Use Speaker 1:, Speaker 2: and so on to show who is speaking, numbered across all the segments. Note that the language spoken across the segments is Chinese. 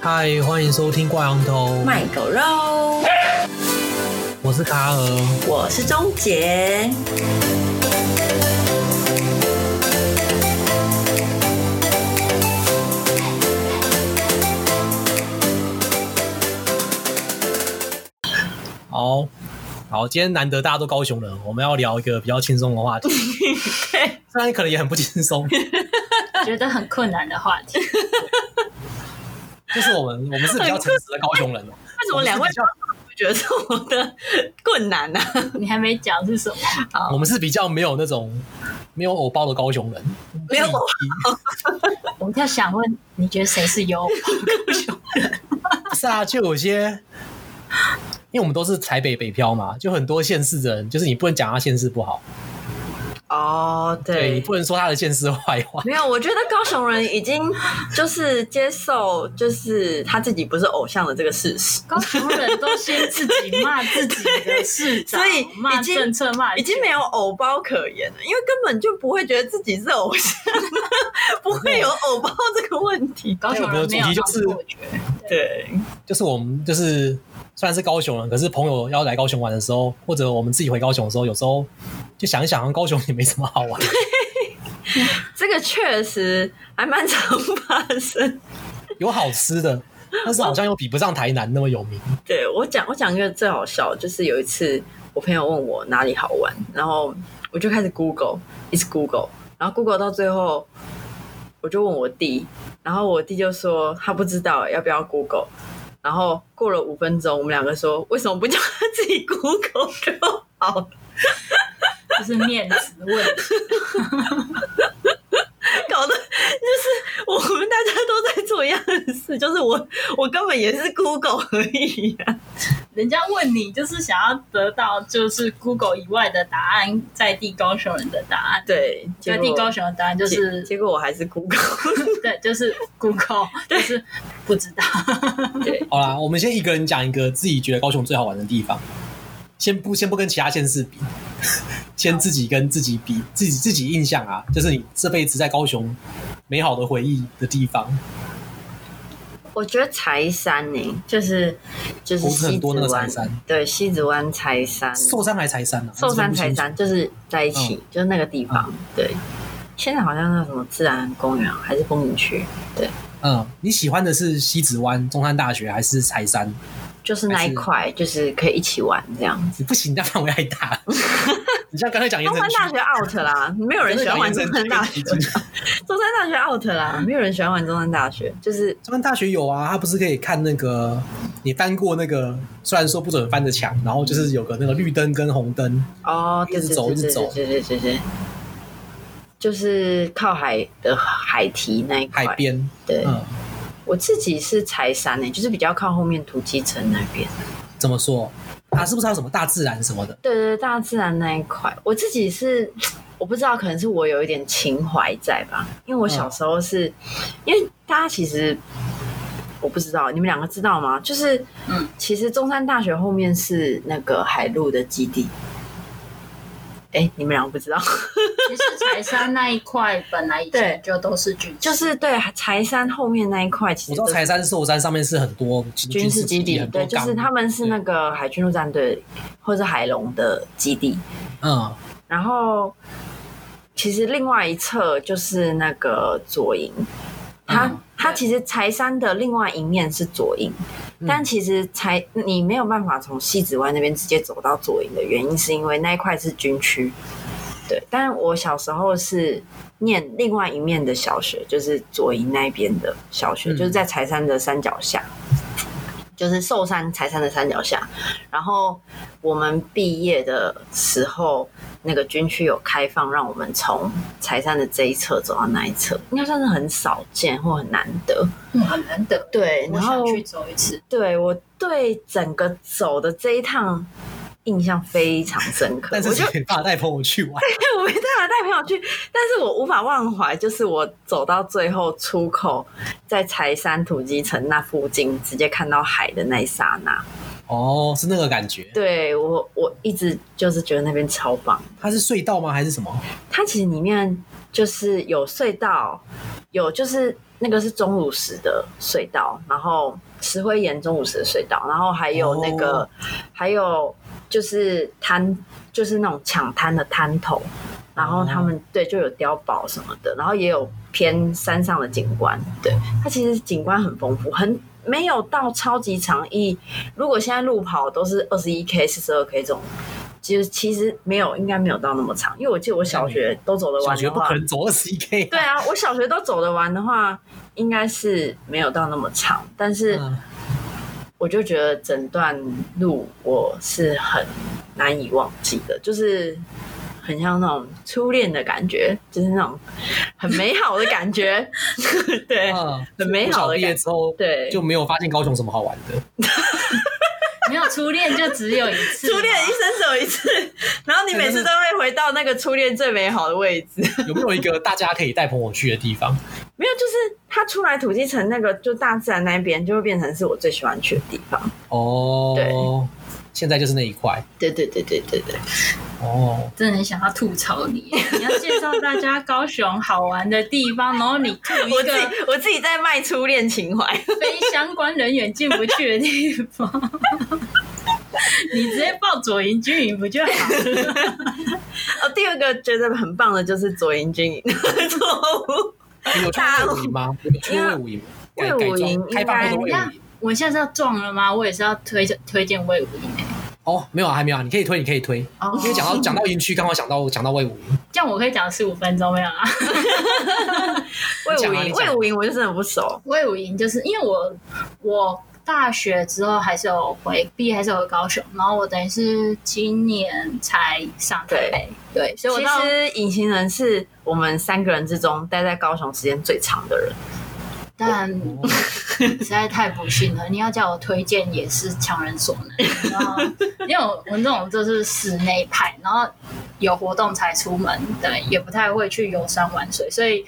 Speaker 1: 嗨，欢迎收听《挂羊头》，
Speaker 2: 卖狗肉，
Speaker 1: 我是卡尔。
Speaker 2: 我是钟杰。
Speaker 1: 好，好，今天难得大家都高雄人，我们要聊一个比较轻松的话 题。虽然可能也很不轻 松，
Speaker 3: 觉得很困难的话 题。
Speaker 1: 就是我们我们是比较诚实的高雄 人哦。
Speaker 2: 为什么两位觉得这么的困难啊呢、
Speaker 3: 你还没讲是什么？
Speaker 1: 我们是比较没有那种没有偶包的高 雄人，
Speaker 2: 没有偶
Speaker 3: 我们要想问，你觉得谁是有？
Speaker 1: 是啊，就有些，因为我们都是台北北漂嘛，就很多县市的人，就是你不能讲他县市不好，
Speaker 2: 哦，
Speaker 1: 对
Speaker 2: 对
Speaker 1: 你，不能说他的县市坏话。
Speaker 2: 没有，我觉得高雄人已经就是接受，就是他自己不是偶像的这个事实，
Speaker 3: 高雄人都先自己骂自己的市长，
Speaker 2: 所以
Speaker 3: 骂
Speaker 2: 已经
Speaker 3: 政策，骂
Speaker 2: 已经没有偶包可言了，因为根本就不会觉得自己是偶像， 不会有偶包这个问题。
Speaker 3: 高雄人没有
Speaker 1: 我们的主题就是
Speaker 3: 这样做觉得
Speaker 2: 对，
Speaker 1: 就是我们就是虽然是高雄人，可是朋友要来高雄玩的时候，或者我们自己回高雄的时候，有时候就想一想，高雄也没什么好 玩。
Speaker 2: 这个确实还蛮常发生。
Speaker 1: 有好吃的，但是好像又比不上台南那么有名。
Speaker 2: 对我讲，我讲一个最好笑，就是有一次我朋友问我哪里好玩，然后我就开始 Google，一直 Google，然后 Google 到最后，我就问我弟，然后我弟就说他不知道要不要 Google，然后过了五分钟，我们两个说为什么不叫他自己 Google 就好了，
Speaker 3: 就是面子问题。
Speaker 2: 搞得就是我们大家都在做一样的事，就是我我根本也是 Google 而已、啊。
Speaker 3: 人家问你，就是想要得到就是 Google 以外的答案，在地高雄人的答案。
Speaker 2: 对，结
Speaker 3: 在
Speaker 2: 果
Speaker 3: 地高雄的答案就
Speaker 2: 结
Speaker 3: 是
Speaker 2: 结果我还是 Google。
Speaker 3: 对，就是 Google，就是不知道。
Speaker 1: 好啦，我们先一个人讲一个自己觉得高雄最好玩的地方，先不先不跟其他县市比， 先自己跟自己比，自己自己印象啊，就是你这辈子在高雄美好的回忆的地方，
Speaker 2: 我觉得柴山呢、就是就是
Speaker 1: 不是
Speaker 2: 西
Speaker 1: 很
Speaker 2: 子
Speaker 1: 多那个柴
Speaker 2: 湾
Speaker 1: 山，
Speaker 2: 对西子湾柴山，
Speaker 1: 寿山还柴山呢、啊？
Speaker 2: 寿山
Speaker 1: 我真的
Speaker 2: 柴
Speaker 1: 不清楚，嗯
Speaker 2: 山就是在一起，就是那个地方。对，现在好像那什么自然公园啊还是风景区，
Speaker 1: 嗯，你喜欢的是西子湾、中山大学还是柴山？
Speaker 2: 就是那一块，就是可以一起玩这样。
Speaker 1: 你不行，那范围太大 了。你像刚才讲盐
Speaker 2: 中
Speaker 1: 城
Speaker 2: 山
Speaker 1: 区，
Speaker 2: 大学 out 啦，没有人喜欢玩中山大学。
Speaker 1: 中
Speaker 2: 中山大学 out 啦，没有人喜欢玩中山大学，就是
Speaker 1: 山大学有啊，它不是可以看那个你翻过那个，虽然说不准翻的墙，然后就是有个那个绿灯跟红灯，
Speaker 2: 哦，
Speaker 1: 一
Speaker 2: 对
Speaker 1: 直
Speaker 2: 对
Speaker 1: 走
Speaker 2: 对
Speaker 1: 一直
Speaker 2: 对
Speaker 1: 走
Speaker 2: 对对对对，就是靠海的海堤那一块，
Speaker 1: 海边，
Speaker 2: 对。
Speaker 1: 嗯，
Speaker 2: 我自己是柴山呢、就是比较靠后面土鸡城那边。
Speaker 1: 怎么说？啊，是不是还有什么大自然什么的？
Speaker 2: 对对，对大自然那一块，我自己是我不知道，可能是我有一点情怀在吧，因为我小时候是，因为大家其实我不知道，你们两个知道吗？就是，
Speaker 3: 嗯
Speaker 2: 其实中山大学后面是那个海陆的基地。哎，你们两个不知道，
Speaker 3: 其实柴山那一块本来以前就都是军事，
Speaker 2: 就是对柴山后面那一块，其
Speaker 1: 我
Speaker 2: 实
Speaker 1: 知道
Speaker 2: 都是
Speaker 1: 柴山、寿山上面是很多
Speaker 2: 军事基地，
Speaker 1: 很多
Speaker 2: 对，就
Speaker 1: 港
Speaker 2: 是他们是那个海军陆战队或是海龙的基地。
Speaker 1: 嗯，
Speaker 2: 然后其实另外一侧就是那个左营，它、
Speaker 1: 嗯
Speaker 2: 它其实柴山的另外一面是左营，
Speaker 1: 嗯
Speaker 2: 但其实柴你没有办法从西子湾那边直接走到左营的原因，是因为那一块是军区。对，但我小时候是念另外一面的小学，就是左营那边的小学，
Speaker 1: 嗯
Speaker 2: 就是在柴山的山脚下，就是寿山柴山的山脚下。然后我们毕业的时候，那个军区有开放，让我们从柴山的这一侧走到那一侧，应该算是很少见或很难得。
Speaker 3: 嗯很难得。
Speaker 2: 对，
Speaker 3: 我
Speaker 2: 然后
Speaker 3: 想去走一次，
Speaker 2: 对我对整个走的这一趟印象非常深刻，
Speaker 1: 但是
Speaker 2: 我就
Speaker 1: 没办法带朋友去玩，
Speaker 2: 我没办法带朋友去，但是我无法忘怀，就是我走到最后出口，在柴山土鸡城那附近直接看到海的那一刹那，
Speaker 1: 哦，是那个感觉。
Speaker 2: 对我我一直就是觉得那边超棒。
Speaker 1: 它是隧道吗？还是什么？
Speaker 2: 它其实里面就是有隧道，有就是那个是钟乳石的隧道，然后石灰岩中午时的隧道，然后还有那个，
Speaker 1: 哦
Speaker 2: 还有就是摊，就是那种抢滩的滩头，然后他们、对就有碉堡什么的，然后也有偏山上的景观，对它其实景观很丰富，很没有到超级长一，如果现在路跑都是二十一 K、四十二 K 这种。其实其实没有，应该没有到那么长，因为我记得我小学都走得完的话，
Speaker 1: 小学不可能走二十一 K，
Speaker 2: 对啊，我小学都走得完的话，应该是没有到那么长，但是
Speaker 1: 嗯
Speaker 2: 我就觉得整段路我是很难以忘记的，就是很像那种初恋的感觉，就是那种很美好的感觉， 对
Speaker 1: 嗯，
Speaker 2: 很美好
Speaker 1: 小
Speaker 2: 的
Speaker 1: 毕业
Speaker 2: 感
Speaker 1: 之后
Speaker 2: 对，
Speaker 1: 就没有发现高雄什么好玩的，
Speaker 3: 没有初恋就只有一次，
Speaker 2: 初恋一生只有一次，然后你每次都会回到那个初恋最美好的位置。
Speaker 1: 有没有一个大家可以带朋友去的地方？
Speaker 2: 没有，就是它出来土地城那个，就大自然那边就会变成是我最喜欢去的地方。对
Speaker 1: 哦，现在就是那一块
Speaker 2: 对对对对对对。
Speaker 1: 哦，
Speaker 3: 真的很想要吐槽你，你要介绍大家高雄好玩的地方，然后你吐
Speaker 2: 我
Speaker 3: 一
Speaker 2: 自
Speaker 3: 个
Speaker 2: 己我自己在卖初恋情怀，
Speaker 3: 非相关人员进不去的地方， 你直接报左营军营不就好了？
Speaker 2: 哦，第二个觉得很棒的就是左营军营 错误，
Speaker 1: 你有去过魏武营吗？有去过魏武营吗？
Speaker 2: 魏
Speaker 1: 改
Speaker 2: 武
Speaker 1: 改
Speaker 2: 营
Speaker 1: 装开放后的
Speaker 2: 应
Speaker 1: 魏武
Speaker 3: 该
Speaker 1: 营
Speaker 3: 我现在是要撞了吗？我也是要推荐推荐魏武营欸
Speaker 1: 哦，没有啊，还没有啊，你可以推，你可以推，
Speaker 3: 哦
Speaker 1: 因为讲到讲到营区，刚好想到讲到魏 武营，
Speaker 3: 这样我可以讲十五分钟没有啊？
Speaker 2: 魏
Speaker 1: 讲
Speaker 2: 武
Speaker 1: 啊
Speaker 2: 营
Speaker 1: 你
Speaker 2: 魏
Speaker 1: 讲
Speaker 2: 武营我就真的不熟，
Speaker 3: 魏武营就是因为我我大学之后还是有回毕业还是有回高雄，然后我等于是今年才上台北，对，所以我
Speaker 2: 其
Speaker 3: 到
Speaker 2: 实隐形人是我们三个人之中待在高雄时间最长的人，
Speaker 3: 但实在太不幸了。你要叫我推荐也是强人所难，然后因为我我这种就是室内派，然后有活动才出门，对，也不太会去游山玩水，所以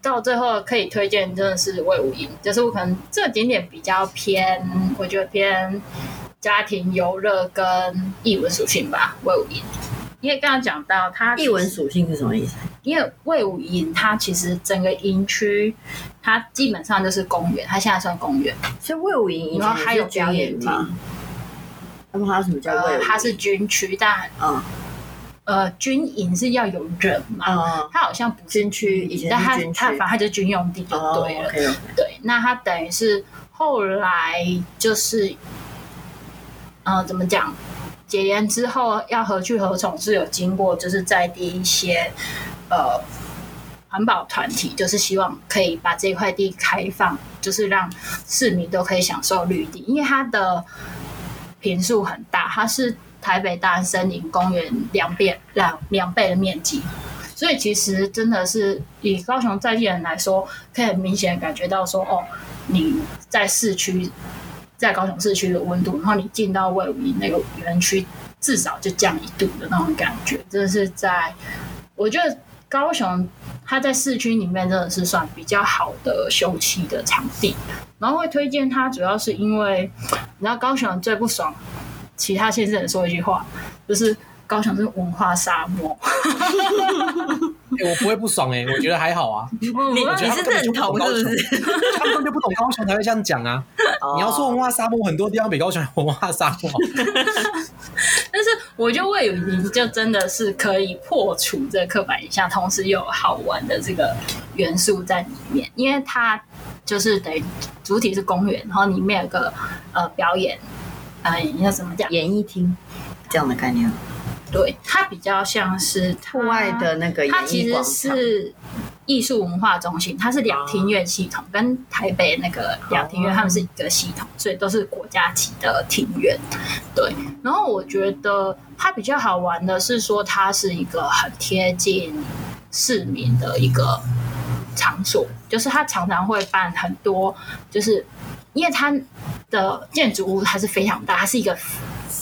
Speaker 3: 到最后可以推荐真的是魏武营，就是我可能这个景点比较偏，我觉得偏家庭游乐跟艺文属性吧，魏武营。因为刚刚讲到它
Speaker 2: 译文属性是什么意思？
Speaker 3: 因为魏武营它其实整个营区，它基本上就是公园，它现在算公园，
Speaker 2: 所以魏武营以
Speaker 3: 然后
Speaker 2: 前
Speaker 3: 还
Speaker 2: 也
Speaker 3: 有
Speaker 2: 是表演
Speaker 3: 表演
Speaker 2: 吗？那么还有什么叫魏
Speaker 3: 呃
Speaker 2: 武，营？
Speaker 3: 它是军区，但
Speaker 2: 嗯
Speaker 3: 呃军营是要有人嘛，
Speaker 2: 嗯
Speaker 3: 它好像不是
Speaker 2: 军区以前
Speaker 3: 但
Speaker 2: 是
Speaker 3: 它
Speaker 2: 军区
Speaker 3: 它反正它就是军用地就
Speaker 2: 哦
Speaker 3: 对了，
Speaker 2: ，OK，
Speaker 3: 对，那它等于是后来就是，呃，怎么讲？解严之后要何去何从是有经过，就是在地一些呃环保团体，就是希望可以把这块地开放，就是让市民都可以享受绿地，因为它的坪数很大，它是台北大安森林公园两倍两两倍的面积，所以其实真的是以高雄在地人来说，可以很明显地感觉到说，哦，你在市区，在高雄市区的温度，然后你进到魏武营那个园区，至少就降一度的那种感觉，真的是在，我觉得高雄它在市区里面真的是算比较好的休憩的场地，然后会推荐它，主要是因为你知道高雄人最不爽其他县市人说一句话，就是高雄是文化沙漠。
Speaker 1: 欸我不会不爽哎，我觉得还好啊，
Speaker 2: 你
Speaker 1: 我觉得
Speaker 2: 你
Speaker 1: 他
Speaker 2: 是
Speaker 1: 们根本
Speaker 2: 认
Speaker 1: 就
Speaker 2: 同
Speaker 1: 不懂
Speaker 2: 是不是？
Speaker 1: 他们根本就不懂高雄才会这样讲啊。
Speaker 2: 哦
Speaker 3: 哦
Speaker 1: 你要说文化沙漠，很多地方比高雄还文化沙 漠，
Speaker 3: 但是我觉得魏雨宁就真的是可以破除这个刻板印象，同时又有好玩的这个元素在里面，因为它就是等于主体是公园，然后里面有个呃表演，呃，要怎么讲
Speaker 2: 哦？演艺厅这样的概念，
Speaker 3: 对，它比较像是它
Speaker 2: 户外的那个演
Speaker 3: 它
Speaker 2: 艺
Speaker 3: 啊其实
Speaker 2: 广场
Speaker 3: 是艺术文化中心，它是两厅院系
Speaker 2: 哦
Speaker 3: 统，哦跟台北那个两厅院他们是一个系统，所以都是国家级的庭院。对，然后我觉得它比较好玩的是说，它是一个很贴近市民的一个场所，就是它常常会办很多，就是因为它的建筑物还是非常大，它是一个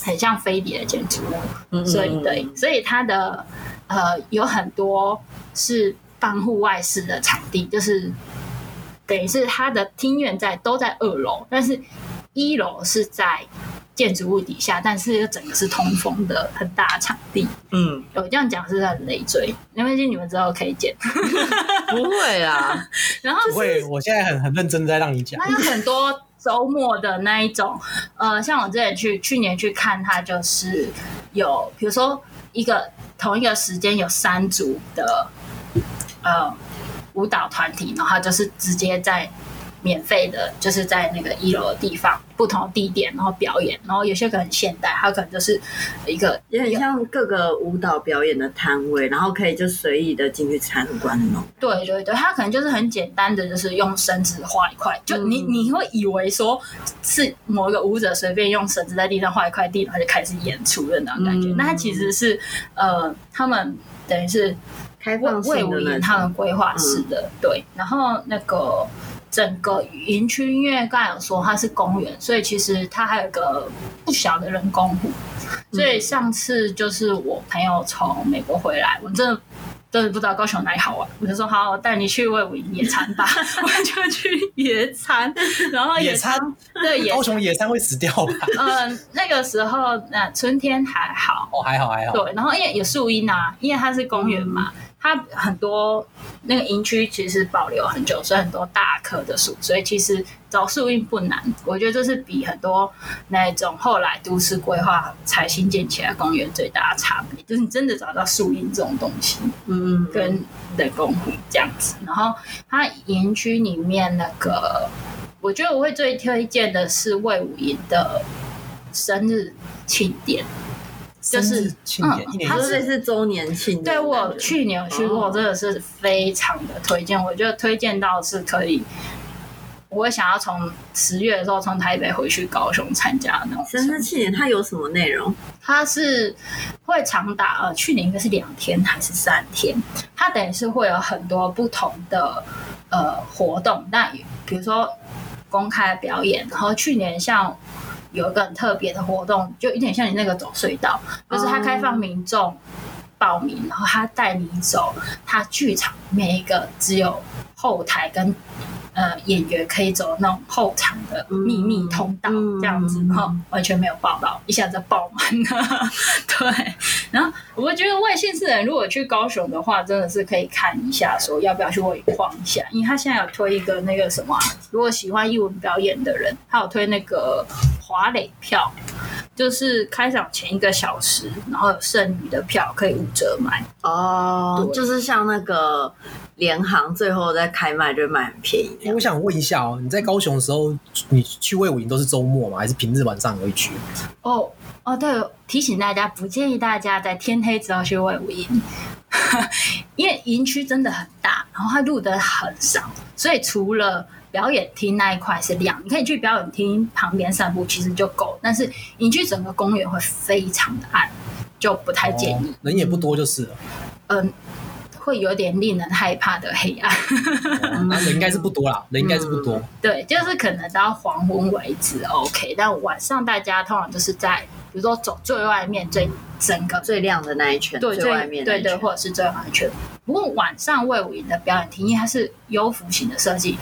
Speaker 3: 很像飞碟的建筑物，
Speaker 2: 嗯
Speaker 3: 所
Speaker 2: 嗯
Speaker 3: 以
Speaker 2: 嗯
Speaker 3: 对，所以它的呃有很多是办户外式的场地，就是等于是它的厅院在都在二楼，但是一楼是在建筑物底下，但是整个是通风的很大的场地。
Speaker 2: 嗯。
Speaker 3: 我这样讲是不是很累赘，没关系，你们之后可以剪。
Speaker 2: 不会啦，
Speaker 3: 然后
Speaker 1: 不会，我现在很很认真在让你讲
Speaker 3: 那。有很多周末的那一种，呃，像我之前去去年去看，它就是有，比如说一个同一个时间有三组的呃舞蹈团体，然后它就是直接在免费的，就是在那个一楼的地方不同地点，然后表演，然后有些可能很现代，它可能就是一个
Speaker 2: 也很像各个舞蹈表演的摊位，然后可以就随意的进去参观那种。
Speaker 3: 对对对，它可能就是很简单的，就是用绳子画一块，就你
Speaker 2: 嗯
Speaker 3: 你会以为说是某一个舞者随便用绳子在地上画一块地，然后就开始演出的那种感觉。
Speaker 2: 嗯
Speaker 3: 那它其实是呃，他们等于是
Speaker 2: 开
Speaker 3: 魏
Speaker 2: 放
Speaker 3: 魏
Speaker 2: 性
Speaker 3: 武
Speaker 2: 的
Speaker 3: 营
Speaker 2: 那
Speaker 3: 他
Speaker 2: 种，嗯
Speaker 3: 们规划式的、对，然后那个整个营区，因为刚才有说它是公园，所以其实它还有一个不小的人工湖。所
Speaker 2: 嗯
Speaker 3: 以上次就是我朋友从美国回来，我真的。真的不知道高雄哪里好玩，我就说好，我带你去魏武营野餐吧， 我就去野餐，然后
Speaker 1: 野
Speaker 3: 餐
Speaker 1: 餐
Speaker 3: 对野
Speaker 1: 高雄野山会死掉 吧？
Speaker 3: 嗯、那个时候那、春天还好，
Speaker 1: 哦，还好还好。
Speaker 3: 对，然后因为有树荫啊，因为它是公园
Speaker 1: 嗯
Speaker 3: 嘛，它很多那个营区其实保留很久，所以很多大棵的树，所以其实找树荫不难。我觉得这是比很多那种后来都市规划才新建起来的公园最大的差别，就是你真的找到树荫这种东西。
Speaker 2: 嗯，
Speaker 3: 跟人工湖这样子。然后它园区里面那个，我觉得我会最推荐的是魏武营的生日庆典，就
Speaker 1: 生
Speaker 3: 是嗯
Speaker 1: 日庆典一年
Speaker 3: 它
Speaker 1: 一
Speaker 2: 就是
Speaker 1: 次
Speaker 2: 类
Speaker 3: 是。
Speaker 2: 似周年庆的
Speaker 3: 对
Speaker 2: 那种感觉。
Speaker 3: 我去年有去过，
Speaker 2: 哦
Speaker 3: 真的是非常的推荐。我觉得推荐到是可以，我会想要从十月的时候从台北回去高雄参加那种。
Speaker 2: 生日庆典它有什么内容？
Speaker 3: 它是会长达呃，去年应该是两天还是三天，它等于是会有很多不同的呃活动，那比如说公开表演，然后去年像有一个很特别的活动，就有点像你那个走隧道，就是它开放民众报名，然后它带你走它剧场每一个只有后台跟。呃，演员可以走那种后场的秘密通道，
Speaker 2: 嗯
Speaker 3: 这样子，然后完全没有报道，一下子爆满了。 对，然后我觉得外县市人如果去高雄的话，真的是可以看一下，说要不要去我逛一下，因为他现在有推一个那个什么啊、如果喜欢艺文表演的人，他有推那个华磊票，就是开场前一个小时，然后有剩余的票可以五折买。
Speaker 2: 哦，
Speaker 3: 对
Speaker 2: 就是像那个联行最后在开卖就会卖很便宜这
Speaker 1: 哎
Speaker 2: 样。
Speaker 1: 我想问一下哦，你在高雄的时候，你去魏武营都是周末吗？还是平日晚上也会去？
Speaker 3: 哦哦，对，提醒大家，不建议大家在天黑之后去魏武营， 因为营区真的很大，然后它路的很少，所以除了表演厅那一块是亮，你可以去表演厅旁边散步，其实就够。但是营区整个公园会非常的暗，就不太建议。
Speaker 1: 哦人也不多就是了，
Speaker 3: 嗯、会有点令人害怕的黑暗。
Speaker 2: 嗯
Speaker 1: 哦那人应该是不多啦，人应该是不多。
Speaker 3: 对，就是可能到黄昏为止 OK，但晚上大家通常就是在，比如说走最外面最整个
Speaker 2: 最亮的那一圈，
Speaker 3: 对
Speaker 2: 最外面那
Speaker 3: 对
Speaker 2: 一
Speaker 3: 对，
Speaker 2: 圈，
Speaker 3: 或者是最安全。不过晚上魏武营的表演厅，因为它是优浮型的设计，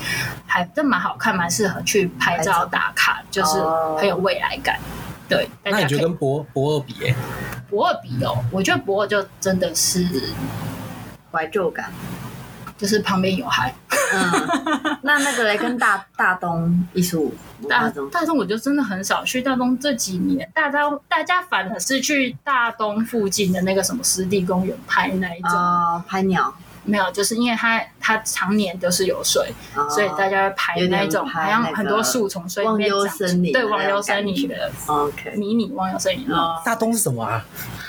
Speaker 3: 还真蛮好看，蛮适合去拍
Speaker 2: 拍
Speaker 3: 照
Speaker 2: 照
Speaker 3: 打卡，就是
Speaker 2: 哦
Speaker 3: 很有未来感。对，
Speaker 1: 那
Speaker 3: 大家
Speaker 1: 你
Speaker 3: 可
Speaker 1: 觉得
Speaker 3: 以
Speaker 1: 跟博博二比、欸？
Speaker 3: 博尔比哦，我觉得博尔就真的是
Speaker 2: 怀旧感。
Speaker 3: 就是旁边有海，
Speaker 2: 嗯，那那个嘞，跟大大东艺术文化
Speaker 3: 大
Speaker 2: 中心
Speaker 3: 大东我就真的很少去大东，这几年大家大家反而是去大东附近的那个什么湿地公园拍那一种，
Speaker 2: 哦，拍鸟，
Speaker 3: 没有，就是因为它它常年都是有水，
Speaker 2: 哦
Speaker 3: 所以大家会拍
Speaker 2: 有点
Speaker 3: 那一种
Speaker 2: 拍
Speaker 3: 好像
Speaker 2: 那个
Speaker 3: 很多树从水里面
Speaker 2: 忘忧
Speaker 3: 长出
Speaker 2: 森林
Speaker 3: 对
Speaker 2: 的那
Speaker 3: 忘忧
Speaker 2: 种
Speaker 3: 森
Speaker 2: 感
Speaker 3: 林
Speaker 2: 觉
Speaker 3: 的
Speaker 2: OK。
Speaker 3: 迷你忘忧森林
Speaker 2: 哦
Speaker 1: 大东是什么啊？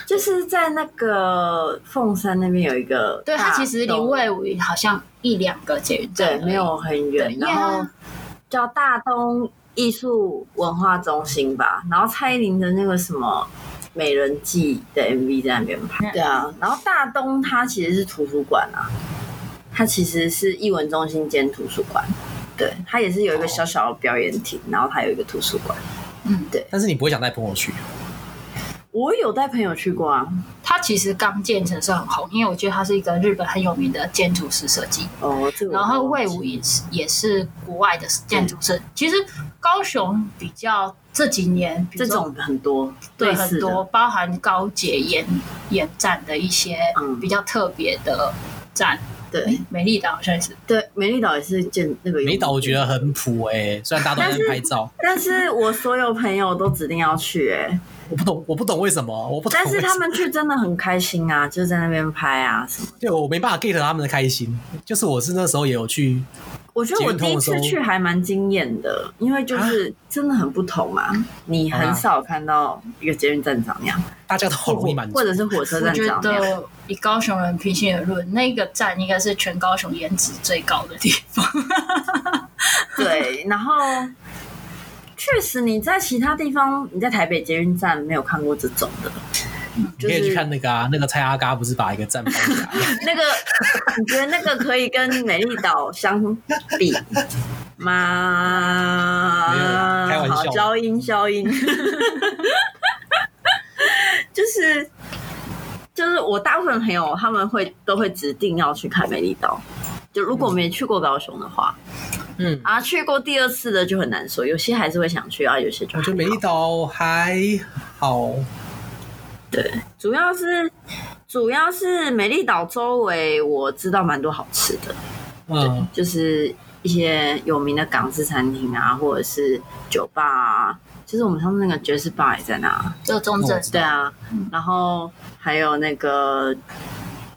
Speaker 2: 就是在那个凤山那边有一个
Speaker 3: 对，它
Speaker 2: 大
Speaker 3: 其实离
Speaker 2: 东
Speaker 3: 魏武营好像一两个捷运站而
Speaker 2: 对
Speaker 3: 已，
Speaker 2: 没有很远
Speaker 3: 对，
Speaker 2: 然
Speaker 3: 因
Speaker 2: 后
Speaker 3: 为
Speaker 2: 叫大东艺术文化中心吧，然后蔡依林的那个什么《美人计》的 MV 在那边拍，对啊，然后大东它其实是图书馆啊，它其实是艺文中心兼图书馆，对，它也是有一个小小的表演厅，然后它有一个图书馆，
Speaker 1: 但是你不会想带朋友去，
Speaker 2: 我有带朋友去过啊，
Speaker 3: 它其实刚建成是很红，因为我觉得它是一个日本很有名的建筑师设计，
Speaker 2: 哦，这个我
Speaker 3: 然后
Speaker 2: 忘
Speaker 3: 魏
Speaker 2: 记
Speaker 3: 武也是也是国外的建筑师，其实高雄比较这几年比
Speaker 2: 这
Speaker 3: 如说
Speaker 2: 种很多
Speaker 3: 对
Speaker 2: 类似
Speaker 3: 很
Speaker 2: 的
Speaker 3: 多，包含高捷沿沿站的一些
Speaker 2: 嗯
Speaker 3: 比较特别的站，
Speaker 2: 对
Speaker 3: 美美丽岛好像也是，
Speaker 2: 对，美丽岛也是建那个游
Speaker 1: 美岛我觉
Speaker 2: 乐
Speaker 1: 得很普哎、虽然大家都在拍照，
Speaker 2: 园， 但是我所有朋友都指定要去哎、
Speaker 1: 我不懂，我不懂为什么，我不懂
Speaker 2: 但
Speaker 1: 为什么。
Speaker 2: 是他们去真的很开心啊，就在那边拍啊什么。
Speaker 1: 对我没办法 get 他们的开心，就是我是那时候也有去，
Speaker 2: 我觉得我第一次去还蛮惊艳的，因为就是
Speaker 1: 啊
Speaker 2: 真的很不同嘛，你很少看到一个捷运站长那样，
Speaker 1: 大家都好容易满足
Speaker 2: 或，者是火车
Speaker 3: 我
Speaker 2: 站
Speaker 3: 觉
Speaker 2: 长那样。
Speaker 3: 得以高雄人平心而论，那个站应该是全高雄颜值最高的地方。
Speaker 2: 对，然后确实你在其他地方，你在台北捷运站没有看过这种的，
Speaker 1: 你
Speaker 2: 就
Speaker 1: 可以去
Speaker 2: 是
Speaker 1: 看那个啊，那个蔡阿嘎不是把一个站包起来，
Speaker 2: 那个，你觉得那个可以跟美丽岛相
Speaker 1: 没
Speaker 2: 比
Speaker 1: 有啦
Speaker 2: 吗？
Speaker 1: 开玩笑
Speaker 2: 好，消音消音，就是就是我大部分朋友他们会都会指定要去看美丽岛。就如果没去过高雄的话，
Speaker 1: 嗯，
Speaker 2: 啊，去过第二次的就很难说，有些还是会想去啊，有些就
Speaker 1: 我觉得
Speaker 2: 还
Speaker 1: 美丽岛还好，
Speaker 2: 主要是主要是美丽岛周围我知道蛮多好吃的，
Speaker 1: 嗯，
Speaker 2: 就是一些有名的港式餐厅啊，或者是酒吧啊。就是我们上次那个爵士 bar 也在那，啊
Speaker 3: 就中
Speaker 1: 正
Speaker 3: 正
Speaker 1: 我知道
Speaker 2: 对啊，然后还有那个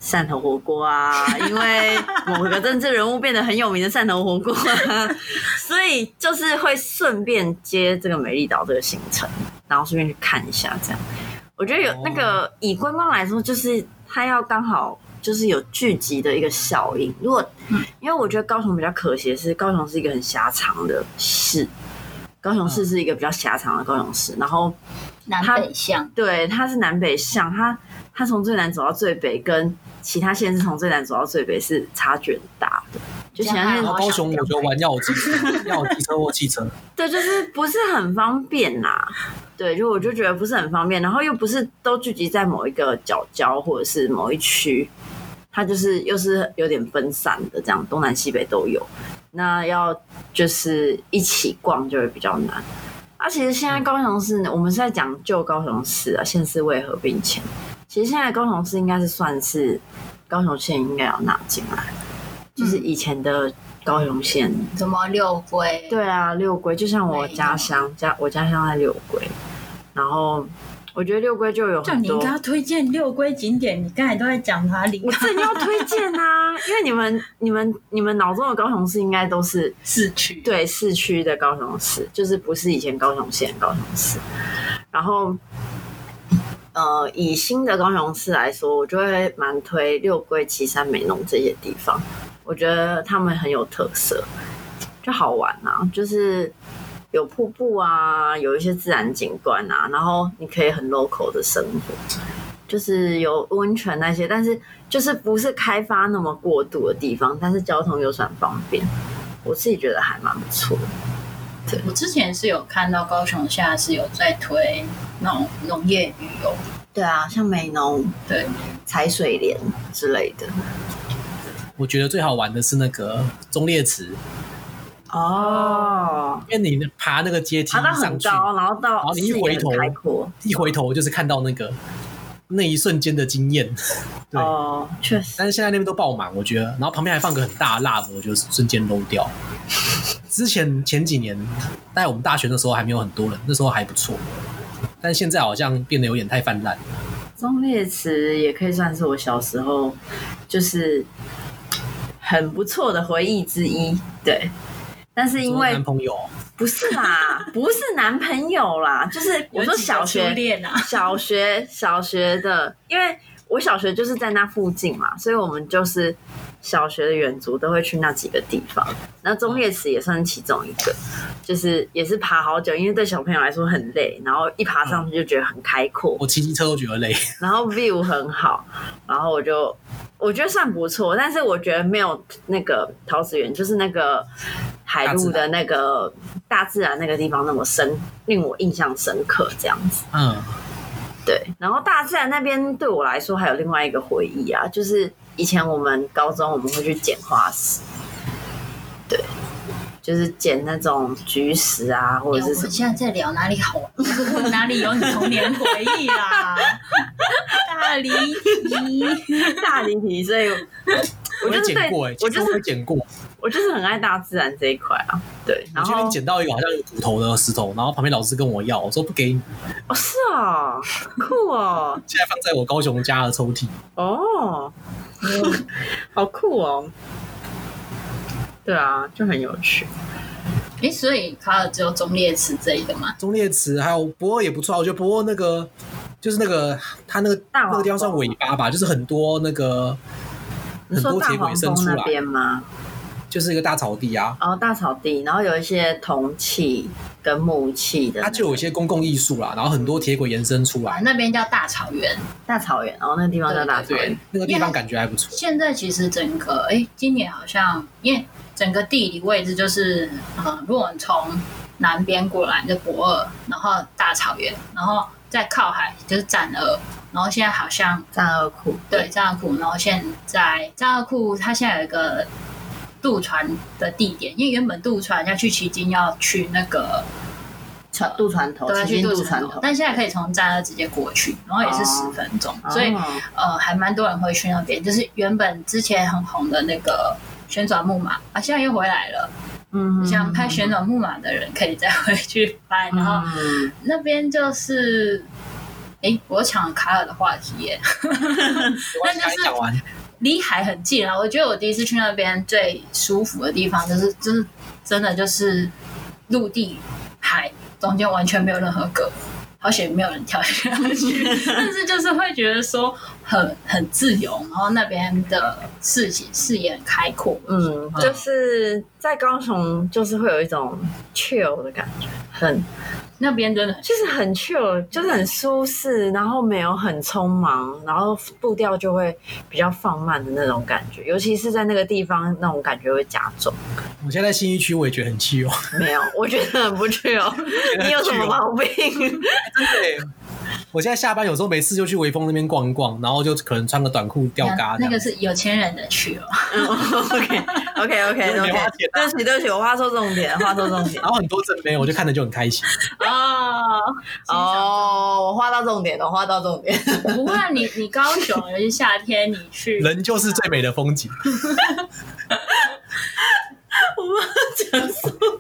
Speaker 2: 汕头火锅啊， 因为某个政治人物变得很有名的汕头火锅、啊， 所以就是会顺便接这个美丽岛这个行程，然后顺便去看一下这样。我觉得有
Speaker 1: 哦
Speaker 2: 那个以观光来说，就是它要刚好就是有聚集的一个效应。如果
Speaker 1: 嗯
Speaker 2: 因为我觉得高雄比较可惜的是，高雄是一个很狭长的市，高雄
Speaker 1: 嗯
Speaker 2: 市是一个比较狭长的高雄市，然后
Speaker 3: 南北向，
Speaker 2: 对它是南北向，它它从最南走到最北，跟其他县市从最南走到最北是差距很大的。就其他县
Speaker 1: 然
Speaker 2: 市
Speaker 1: 后高雄我觉得玩要有机车，要有机车或汽车，
Speaker 2: 对，就是不是很方便呐、对，就我就觉得不是很方便，然后又不是都聚集在某一个角角或者是某一区，它就是又是有点分散的，这样东南西北都有。那要就是一起逛就会比较难。啊，其实现在高雄市，我们是在讲旧高雄市啊，县市为合并前，其实现在高雄市应该是算是高雄县应该要纳进来，就是以前的高雄县
Speaker 3: 什么六龟，
Speaker 2: 对啊，六龟就像我家乡，家我家乡在六龟，然后我觉得六龟就有
Speaker 4: 叫
Speaker 2: 很
Speaker 4: 你
Speaker 2: 多
Speaker 4: 应，该要推荐六龟景点，你刚才都在讲哪里
Speaker 2: 我？正要推荐啊，因为你们、你们、你们脑中的高雄市应该都是
Speaker 3: 市区，
Speaker 2: 对市区的高雄市，就是不是以前高雄县的高雄市。然后，呃，以新的高雄市来说，我就会蛮推六龟、旗山、美浓这些地方，我觉得他们很有特色，就好玩啊，就是。有瀑布啊，有一些自然景观啊，然后你可以很 local 的生活，就是有温泉那些，但是就是不是开发那么过度的地方，但是交通又算方便。我自己觉得还蛮不错的。
Speaker 3: 我之前是有看到高雄现在是有在推那种农业旅游，
Speaker 2: 对啊，像美浓、
Speaker 3: 对，
Speaker 2: 彩水莲之类的。
Speaker 1: 我觉得最好玩的是那个忠烈祠，
Speaker 2: 哦，
Speaker 1: 因为你爬那个阶梯
Speaker 2: 爬到啊很
Speaker 1: 嗯上去，
Speaker 2: 高，然后到
Speaker 1: 后你一
Speaker 2: 视
Speaker 1: 回
Speaker 2: 野
Speaker 1: 头
Speaker 2: 很开阔。
Speaker 1: 一回头就是看到那个那一瞬间的惊艳。对
Speaker 2: 哦，确实。
Speaker 1: 但是现在那边都爆满，我觉得，然后旁边还放个很大的 love，我就瞬间 low 掉。之前前几年在我们大学的时候还没有很多人，那时候还不错，但现在好像变得有点太泛滥了。
Speaker 2: 忠烈祠也可以算是我小时候就是很不错的回忆之一。对，但是因
Speaker 1: 说
Speaker 2: 为
Speaker 1: 男朋友
Speaker 2: 不是啦，不是男朋友啦，就是我
Speaker 4: 有几
Speaker 2: 说
Speaker 4: 个
Speaker 2: 小学
Speaker 4: 初恋啊，
Speaker 2: 小学小学的，因为我小学就是在那附近嘛，所以我们就是小学的远足都会去那几个地方。那中烈祠也算是其中一个，就是也是爬好久，因为对小朋友来说很累，然后一爬上去就觉得很开阔，
Speaker 1: 我骑机车都觉得累，
Speaker 2: 然后 view 很好，然后我就我觉得算不错，但是我觉得没有那个桃子园，就是那个海陆的那个大自然那个地方那么深，令我印象深刻这样子。
Speaker 1: 嗯，
Speaker 2: 对，然后大自然那边对我来说还有另外一个回忆啊，就是以前我们高中我们会去捡花石，对，就是捡那种菊石啊，或
Speaker 3: 哎
Speaker 2: 者
Speaker 3: 我
Speaker 2: 是什么
Speaker 3: 们。现在在聊哪里好啊 玩？
Speaker 4: 哪里有你童年回忆 啦？大离题，
Speaker 1: 哎
Speaker 2: 大离题，所以我
Speaker 1: 我
Speaker 2: 就
Speaker 1: 也
Speaker 2: 是对
Speaker 1: 捡过哎、
Speaker 2: 我
Speaker 1: 其
Speaker 2: 就
Speaker 1: 实
Speaker 2: 是
Speaker 1: 我也捡过。
Speaker 2: 我就是很爱大自然这一块啊。对，
Speaker 1: 我
Speaker 2: 然
Speaker 1: 去那
Speaker 2: 后
Speaker 1: 边捡到一个好像有骨头的石头，然后旁边老师跟我要，我说不给你，
Speaker 2: 哦是哦，酷哦，
Speaker 1: 现在放在我高雄家的抽屉。
Speaker 2: 哦，好酷哦。对啊，就很有趣。
Speaker 3: 哎，所以卡尔只有中列词这一个嘛？
Speaker 1: 中列池还有博尔也不错，我觉得博尔那个就是那个它那个
Speaker 2: 大王
Speaker 1: 那个地方算尾巴吧，就是很多那个
Speaker 2: 你
Speaker 1: 很
Speaker 2: 说
Speaker 1: 多
Speaker 2: 大
Speaker 1: 铁
Speaker 2: 黄
Speaker 1: 轨伸
Speaker 2: 蜂
Speaker 1: 出
Speaker 2: 那
Speaker 1: 来，
Speaker 2: 边吗？
Speaker 1: 就是一个大草地啊。
Speaker 2: 然后大草地，然后有一些铜器跟木器的那
Speaker 1: 它
Speaker 2: 个，
Speaker 1: 啊就有一些公共艺术啦，然后很多铁轨延伸出
Speaker 3: 啊，
Speaker 1: 来，
Speaker 3: 那边叫大草原。
Speaker 2: 大草原，然后那个地方叫大草原。
Speaker 1: 那个地方感觉还不错。
Speaker 3: 现在其实整个哎，今年好像因为整个地理位置就是，呃，如果我们从南边过来就博尔，然后大草原，然后再靠海就是战俄，然后现在好像
Speaker 2: 战二库，
Speaker 3: 对，战库，然后现在战二库它现在有一个渡船的地点，因为原本渡船要去旗津，要去那个
Speaker 2: 船渡船头，
Speaker 3: 都要
Speaker 2: 哦旗
Speaker 3: 去
Speaker 2: 津渡
Speaker 3: 船
Speaker 2: 船
Speaker 3: 头
Speaker 2: 头，，
Speaker 3: 但现在可以从战二直接过去，然后也是十
Speaker 2: 哦
Speaker 3: 分钟，所以
Speaker 2: 哦
Speaker 3: 呃还蛮多人会去那边，就是原本之前很红的那个旋转木马啊，现在又回来了，
Speaker 2: 嗯
Speaker 3: 想拍旋转木马的人可以再 回去拍，然后
Speaker 2: 嗯
Speaker 3: 那边就是。诶，我抢了卡尔的话题耶，
Speaker 1: 那
Speaker 3: 但就是
Speaker 1: 讲完，
Speaker 3: 离海很近啊。我觉得我第一次去那边最舒服的地方，就是就是真的就是陆地海中间完全没有任何隔，好险没有人跳下 去。但是就是会觉得说很很自由，然后那边的视野视野很开阔。
Speaker 2: 嗯，就是在高雄，就是会有一种 chill 的感觉，很
Speaker 3: 那边真的很
Speaker 2: 就是很 chill，就是很舒适，然后没有很匆忙，然后步调就会比较放慢的那种感觉，尤其是在那个地方，那种感觉会加重。
Speaker 1: 我现在在新一区，我也觉得很气哦。
Speaker 2: 没有，我 觉得很不 chill，你有什么毛病？
Speaker 1: 对，我现在下班有时候没事就去微风那边逛一逛，然后就可能穿个短裤吊嘎这
Speaker 3: 那
Speaker 1: 样
Speaker 3: 个是有钱人的去哦。
Speaker 2: OK OK OK
Speaker 1: 因为没
Speaker 2: OK，
Speaker 1: 花钱啊
Speaker 2: 对不起嗯对不起，我话说重点，话说重 点
Speaker 1: 然后很多正妹，我就看着就很开心。
Speaker 2: 哦哦，我话到重点了，我话到重点。
Speaker 3: 不过你你高雄，尤其夏天你去，
Speaker 1: 人就是最美的风景。
Speaker 2: 我们要讲什么？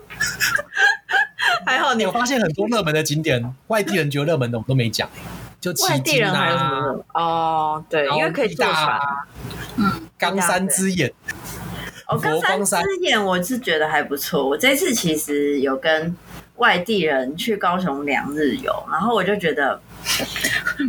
Speaker 2: 还好你
Speaker 1: 你有发现很多热门的景点，外地人觉得热门的我们都没讲，就旗津啊
Speaker 2: 外地人还有什么热？哦，对，因为可以坐船
Speaker 1: 然后。义大
Speaker 3: 嗯，
Speaker 1: 冈山之眼，
Speaker 2: 哦，冈
Speaker 1: 佛光山
Speaker 2: 山之眼我是觉得还不错。我这次其实有跟外地人去高雄两日游，然后我就觉得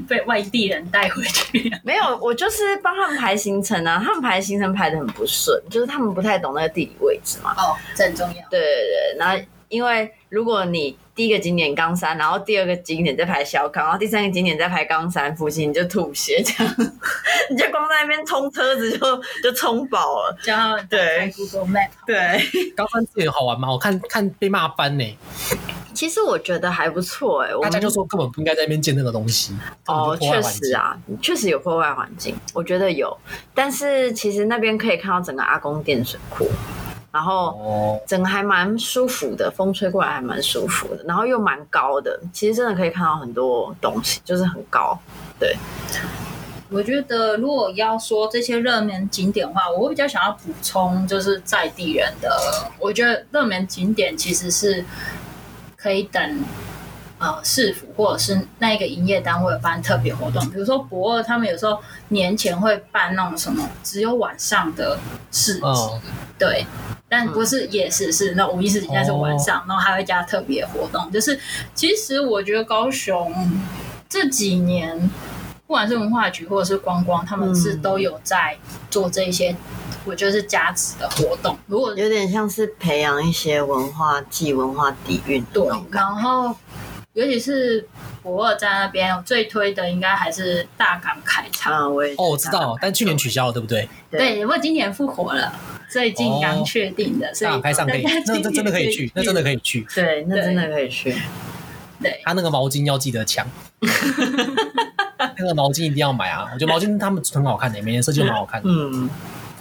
Speaker 3: 被外地人带回去。
Speaker 2: 没有，我就是帮他们排行程啊，他们排行程排的很不顺，就是他们不太懂那个地理位置嘛。
Speaker 3: 哦，这很重要。
Speaker 2: 对对对，然后因为如果你第一个景点冈山，然后第二个景点再排小港，然后第三个景点再排冈山附近，你就吐血这样， 你就光在那边冲车子就就冲饱了。
Speaker 3: 叫他们打开 Google Map。
Speaker 2: 对，
Speaker 1: 冈山之眼好玩吗？我看看被骂翻呢、
Speaker 2: 其实我觉得还不错哎、我
Speaker 1: 大
Speaker 2: 们
Speaker 1: 家就说根本不应该在那边建那个东西，
Speaker 2: 哦，
Speaker 1: 根本就破坏
Speaker 2: 确
Speaker 1: 环境
Speaker 2: 实，啊，确实有破坏环境，我觉得有。但是其实那边可以看到整个阿公店水库，然后
Speaker 1: 哦，
Speaker 2: 整个还蛮舒服的，风吹过来还蛮舒服的，然后又蛮高的，其实真的可以看到很多东西，就是很高。
Speaker 3: 我觉得如果要说这些热门景点的话，我会比较想要补充就是在地人的。我觉得热门景点其实是可以等呃市府或者是那一个营业单位有办特别活动，比如说博二他们有时候年前会办那种什么只有晚上的市集，
Speaker 1: 嗯，
Speaker 3: 对，但不是夜市，是那五一市集，但是晚
Speaker 1: 哦
Speaker 3: 上，然后还会加特别活动。就是其实我觉得高雄这几年，不管是文化局或者是观光，他们是
Speaker 2: 嗯
Speaker 3: 都有在做这一些，我觉得是加值的活动。如果
Speaker 2: 有点像是培养一些文化暨文化底蕴的
Speaker 3: 对
Speaker 2: 那种，感
Speaker 3: 然后尤其是博尔在那边，我最推的应该还是大港开
Speaker 2: 觉。
Speaker 3: 唱。
Speaker 2: 啊，我也
Speaker 1: 哦，我知道，但去年取消了，对不对？哦
Speaker 2: 对
Speaker 3: 对，不过今年复活了，最近刚确定的，所以
Speaker 1: 大开上可以
Speaker 3: 大家，
Speaker 1: 那
Speaker 3: 今
Speaker 1: 这
Speaker 3: 年
Speaker 1: 真的可以去，那真的可以去。
Speaker 2: 对，那
Speaker 3: 对
Speaker 2: 真的可以去。
Speaker 3: 对。
Speaker 1: 他那个毛巾要记得抢， 那个毛巾一定要买啊！我觉得毛巾他们很好看的、欸每年设计都蛮好看的。
Speaker 2: 嗯，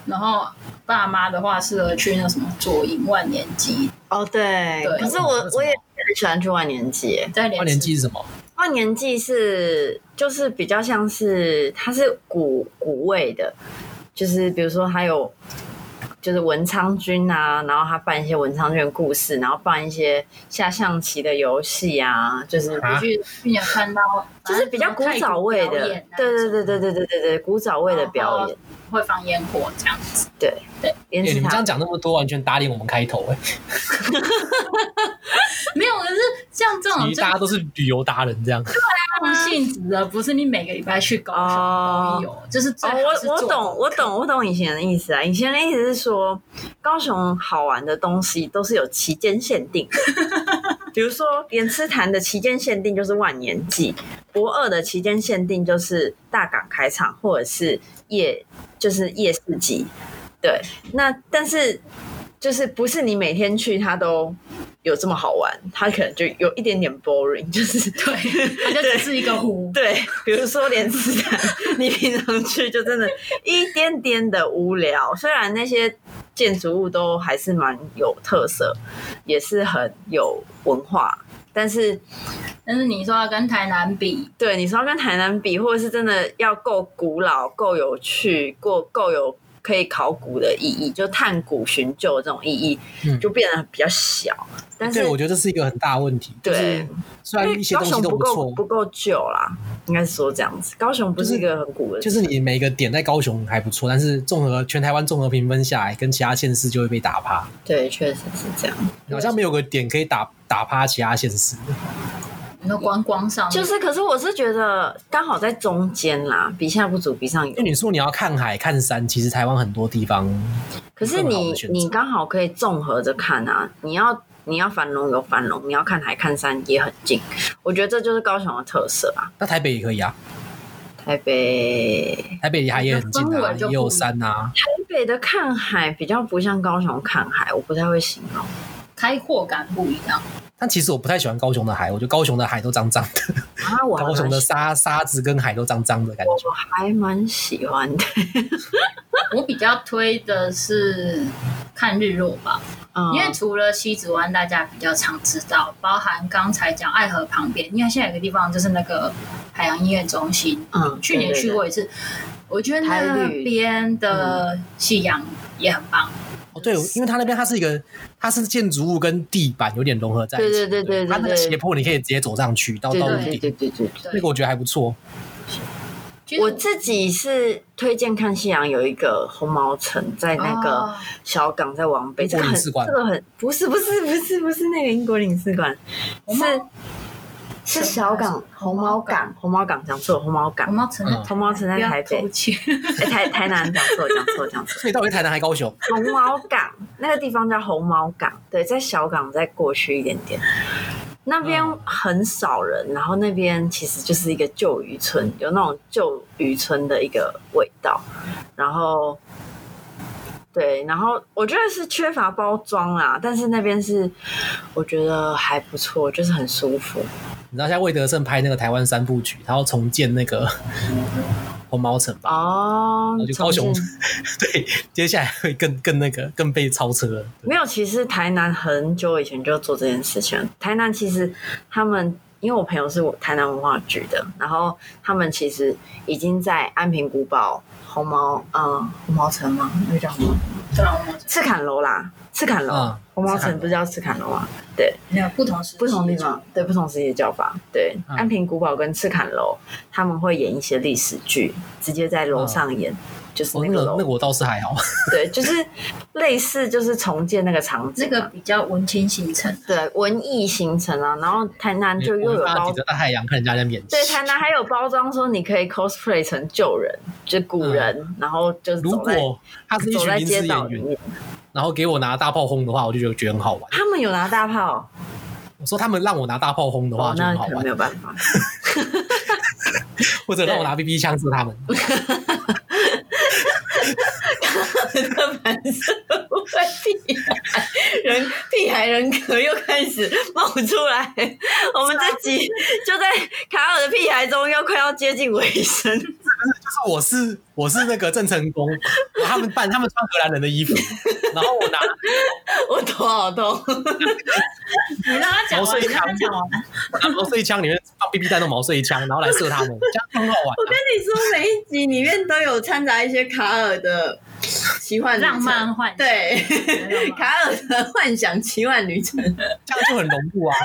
Speaker 3: 然后爸妈的话适合去那什么左营万年祭，
Speaker 2: 哦对，
Speaker 3: 对
Speaker 2: 可是我我也很喜欢去万年节。
Speaker 3: 在莲
Speaker 1: 万年祭是什么？
Speaker 2: 万年祭是就是比较像是它是古古味的，就是比如说还有就是文昌君啊，然后他办一些文昌君的故事，然后办一些下象棋的游戏啊，就是
Speaker 1: 啊
Speaker 3: 去去年看到，
Speaker 2: 就是比较古
Speaker 3: 反正什么
Speaker 2: 早味
Speaker 3: 泰国表
Speaker 2: 的
Speaker 3: 演啊，
Speaker 2: 对对对对对对对对，古早味的表演，
Speaker 3: 会放烟火这样子。
Speaker 2: 对
Speaker 3: 对，
Speaker 2: 连
Speaker 1: 欸
Speaker 2: 池
Speaker 1: 你们这
Speaker 2: 塔
Speaker 1: 样讲那么多，完全打脸我们开头哎、欸，
Speaker 3: 没有，可是像这种
Speaker 1: 其实
Speaker 3: 就
Speaker 1: 大家都是旅游达人这样。
Speaker 3: 放性质的，不是你每个礼拜去高
Speaker 2: 哦
Speaker 3: 雄都有，就是最
Speaker 2: 哦，
Speaker 3: 好是
Speaker 2: 我
Speaker 3: 做
Speaker 2: 我懂，我懂，我懂以前的意思啊。以前的意思是说，高雄好玩的东西都是有期间限定 的，比如说莲池潭的期间限定就是万年祭，博二的期间限定就是大港开场或者是夜，就是夜市集。对，那但是就是不是你每天去它都有这么好玩，它可能就有一点点 boring，就是
Speaker 3: 对，它就只是一个湖，
Speaker 2: 对，比如说莲池潭，你平常去就真的一点点的无聊。虽然那些建筑物都还是蛮有特色，也是很有文化，但是
Speaker 3: 但是你说要跟台南比，
Speaker 2: 对你说要跟台南比，或者是真的要够古老、够有趣、够够有可以考古的意义，就探古寻旧这种意义，
Speaker 1: 嗯
Speaker 2: 就变得比较小。但是
Speaker 1: 对，我觉得这是一个很大的问题。就是
Speaker 2: 对
Speaker 1: 虽
Speaker 2: 因
Speaker 1: 然
Speaker 2: 为
Speaker 1: 一些
Speaker 2: 高
Speaker 1: 东西
Speaker 2: 雄
Speaker 1: 都
Speaker 2: 不够
Speaker 1: 错，
Speaker 2: 不够久啦，应该是说这样子。高雄不是一个很古的地方，
Speaker 1: 就是你每个点在高雄还不错，但是综合全台湾综合评分下来，跟其他县市就会被打趴，
Speaker 2: 对，确实是这样。
Speaker 1: 好像没有个点可以打打趴其他县市。
Speaker 3: 你说观光上面
Speaker 2: 就是，可是我是觉得刚好在中间啦，比下不足，比上
Speaker 1: 因
Speaker 2: 有
Speaker 1: 为。你说你要看海看山，其实台湾很多地方
Speaker 2: 可是
Speaker 1: 更好
Speaker 2: 你
Speaker 1: 的选择
Speaker 2: 你刚好可以综合着看啊，你要你要繁荣有繁荣，你要看海看山也很近。我觉得这就是高雄的特色啊。
Speaker 1: 那台北也可以啊，
Speaker 2: 台北台
Speaker 1: 台北离海也很近
Speaker 3: 那
Speaker 1: 啊，
Speaker 3: 氛围就
Speaker 1: 也
Speaker 3: 不
Speaker 1: 有山啊，
Speaker 2: 北的看海比较不像高雄看海，我不太会形容。
Speaker 3: 开阔感不一样，
Speaker 1: 但其实我不太喜欢高雄的海，我觉得高雄的海都脏脏的，
Speaker 2: 啊，我还
Speaker 1: 高雄
Speaker 2: 蛮
Speaker 1: 的
Speaker 2: 喜
Speaker 1: 沙沙子跟海都脏脏的感觉。
Speaker 2: 我还蛮喜欢 的。
Speaker 3: 我比较推的是看日落吧，
Speaker 2: 嗯
Speaker 3: 因为除了西子湾，大家比较常知道，包含刚才讲爱河旁边，因为现在有个地方就是那个海洋音乐中心，
Speaker 2: 嗯
Speaker 3: 去年去过一次，我觉得那边
Speaker 2: 嗯
Speaker 3: 的夕阳也很棒，
Speaker 1: 哦，对，因为它那边它是一个，它是建筑物跟地板有点融合在一起。
Speaker 2: 对对对对对
Speaker 1: 它那个斜坡你可以直接走上去到
Speaker 2: 对
Speaker 1: 到屋
Speaker 2: 对对
Speaker 1: 顶，
Speaker 2: 对对对对。
Speaker 1: 那
Speaker 3: 对
Speaker 1: 个，我觉得还不错。
Speaker 3: 其实
Speaker 2: 我自己是推荐看夕阳，有一个红毛城在那个
Speaker 3: 哦
Speaker 2: 小港，在往北。
Speaker 1: 英国
Speaker 2: 这个很
Speaker 1: 领事馆
Speaker 2: 这个很不是不是不是不是那个英国领事馆，
Speaker 3: 红毛
Speaker 2: 是是小港红毛港红毛港讲错红毛
Speaker 3: 我
Speaker 2: 港
Speaker 3: 们要承认
Speaker 1: 嗯
Speaker 2: 红毛城在台北，哎台台南讲错讲错讲错
Speaker 1: 所以到底台南还高雄？
Speaker 2: 红毛港那个地方叫红毛港，对，在小港再过去一点点。那边
Speaker 1: 嗯
Speaker 2: 很少人，然后那边其实就是一个旧渔村，有那种旧渔村的一个味道。然后，对，然后我觉得是缺乏包装啦，但是那边是我觉得还不错，就是很舒服。
Speaker 1: 你知道现在魏德胜拍那个台湾三部曲，他要重建那个红毛城吧？
Speaker 2: 哦
Speaker 1: 我觉，得高雄
Speaker 2: 重建
Speaker 1: 对，接下来会更更那个更被超车了。对
Speaker 2: 没有，其实台南很久以前就做这件事情了。台南其实他们，因为我朋友是我台南文化局的，然后他们其实已经在安平古堡、红毛，呃，红毛城吗？那个叫什么？
Speaker 3: 对啊，我们
Speaker 2: 赤坎楼啦，赤坎楼，
Speaker 1: 嗯
Speaker 2: 红毛
Speaker 1: 赤坎
Speaker 2: 城
Speaker 1: 楼
Speaker 2: 不是叫赤坎楼啊？
Speaker 3: 没有不同时期
Speaker 2: 不同地方，对，不同时期的叫法。对，
Speaker 1: 嗯
Speaker 2: 安平古堡跟赤坎楼他们会演一些历史剧，直接在楼上演，就是
Speaker 1: 哦，
Speaker 2: 那
Speaker 1: 那
Speaker 2: 个
Speaker 1: 个
Speaker 2: 楼，
Speaker 1: 那个我倒是还好，
Speaker 2: 对，就是类似就是重建那个场景
Speaker 3: 这
Speaker 2: 啊、
Speaker 3: 个比较文青行程，
Speaker 2: 对文艺行程啊，然后台南就又
Speaker 1: 我
Speaker 2: 有
Speaker 1: 大
Speaker 2: 包
Speaker 1: 顶，着大太阳看人家在演戏。
Speaker 2: 对台南还有包装说你可以 cosplay 成旧人，就古人，然后就是
Speaker 1: 嗯如
Speaker 2: 走在
Speaker 1: 果他是一
Speaker 2: 走
Speaker 1: 群
Speaker 2: 在
Speaker 1: 临时
Speaker 2: 街道
Speaker 1: 演
Speaker 2: 里
Speaker 1: 员，
Speaker 2: 面，
Speaker 1: 然后给我拿大炮轰的话，我就觉得觉得很好玩。
Speaker 2: 他们有拿大炮，
Speaker 1: 我说他们让我拿大炮轰的话
Speaker 2: 哦，
Speaker 1: 就
Speaker 2: 那
Speaker 1: 很好玩
Speaker 2: 可能没，有办 法。
Speaker 1: 或者让我拿 BB 枪射他们。
Speaker 2: 这反社会屁孩人屁孩人格又开始冒出来，我们这集就在卡尔的屁孩中又快要接近尾声。
Speaker 1: 就是啊我是我是那个郑成功，然后他们扮他们穿荷兰人的衣服，然后我拿
Speaker 2: 我头好痛，
Speaker 3: 你让他
Speaker 2: 哦
Speaker 3: 讲完，你让他讲完。我
Speaker 1: 拿毛遂枪里面放 BB 弹的毛遂枪，然后来射他们，这样很好玩、啊
Speaker 2: 跟你说，每一集里面都有掺杂一些卡尔的奇幻旅程
Speaker 3: 浪漫幻想
Speaker 2: 对
Speaker 3: 没有吗
Speaker 2: 卡尔的幻想奇幻旅程。
Speaker 1: 这样就很融入啊。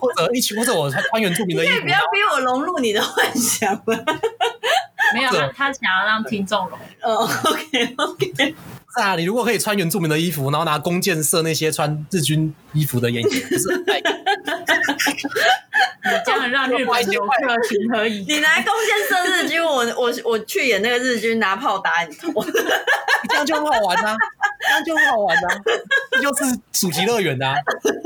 Speaker 1: 或者一起，或者我穿原住民的衣服，
Speaker 2: 不要逼我融入你的幻想了。
Speaker 3: 没有
Speaker 1: 这
Speaker 3: 他，他想要让听众懂。
Speaker 2: 哦，OK OK，
Speaker 1: 是啊，你如果可以穿原住民的衣服，然后拿弓箭射那些穿日军衣服的演员，不是哎
Speaker 3: 你这样让日本游客情何以堪？
Speaker 2: 你拿弓箭射日军，我我我去演那个日军拿炮打你头，
Speaker 1: 这样就很好玩呐、这样就很好玩呐、这就是暑期乐园呐、啊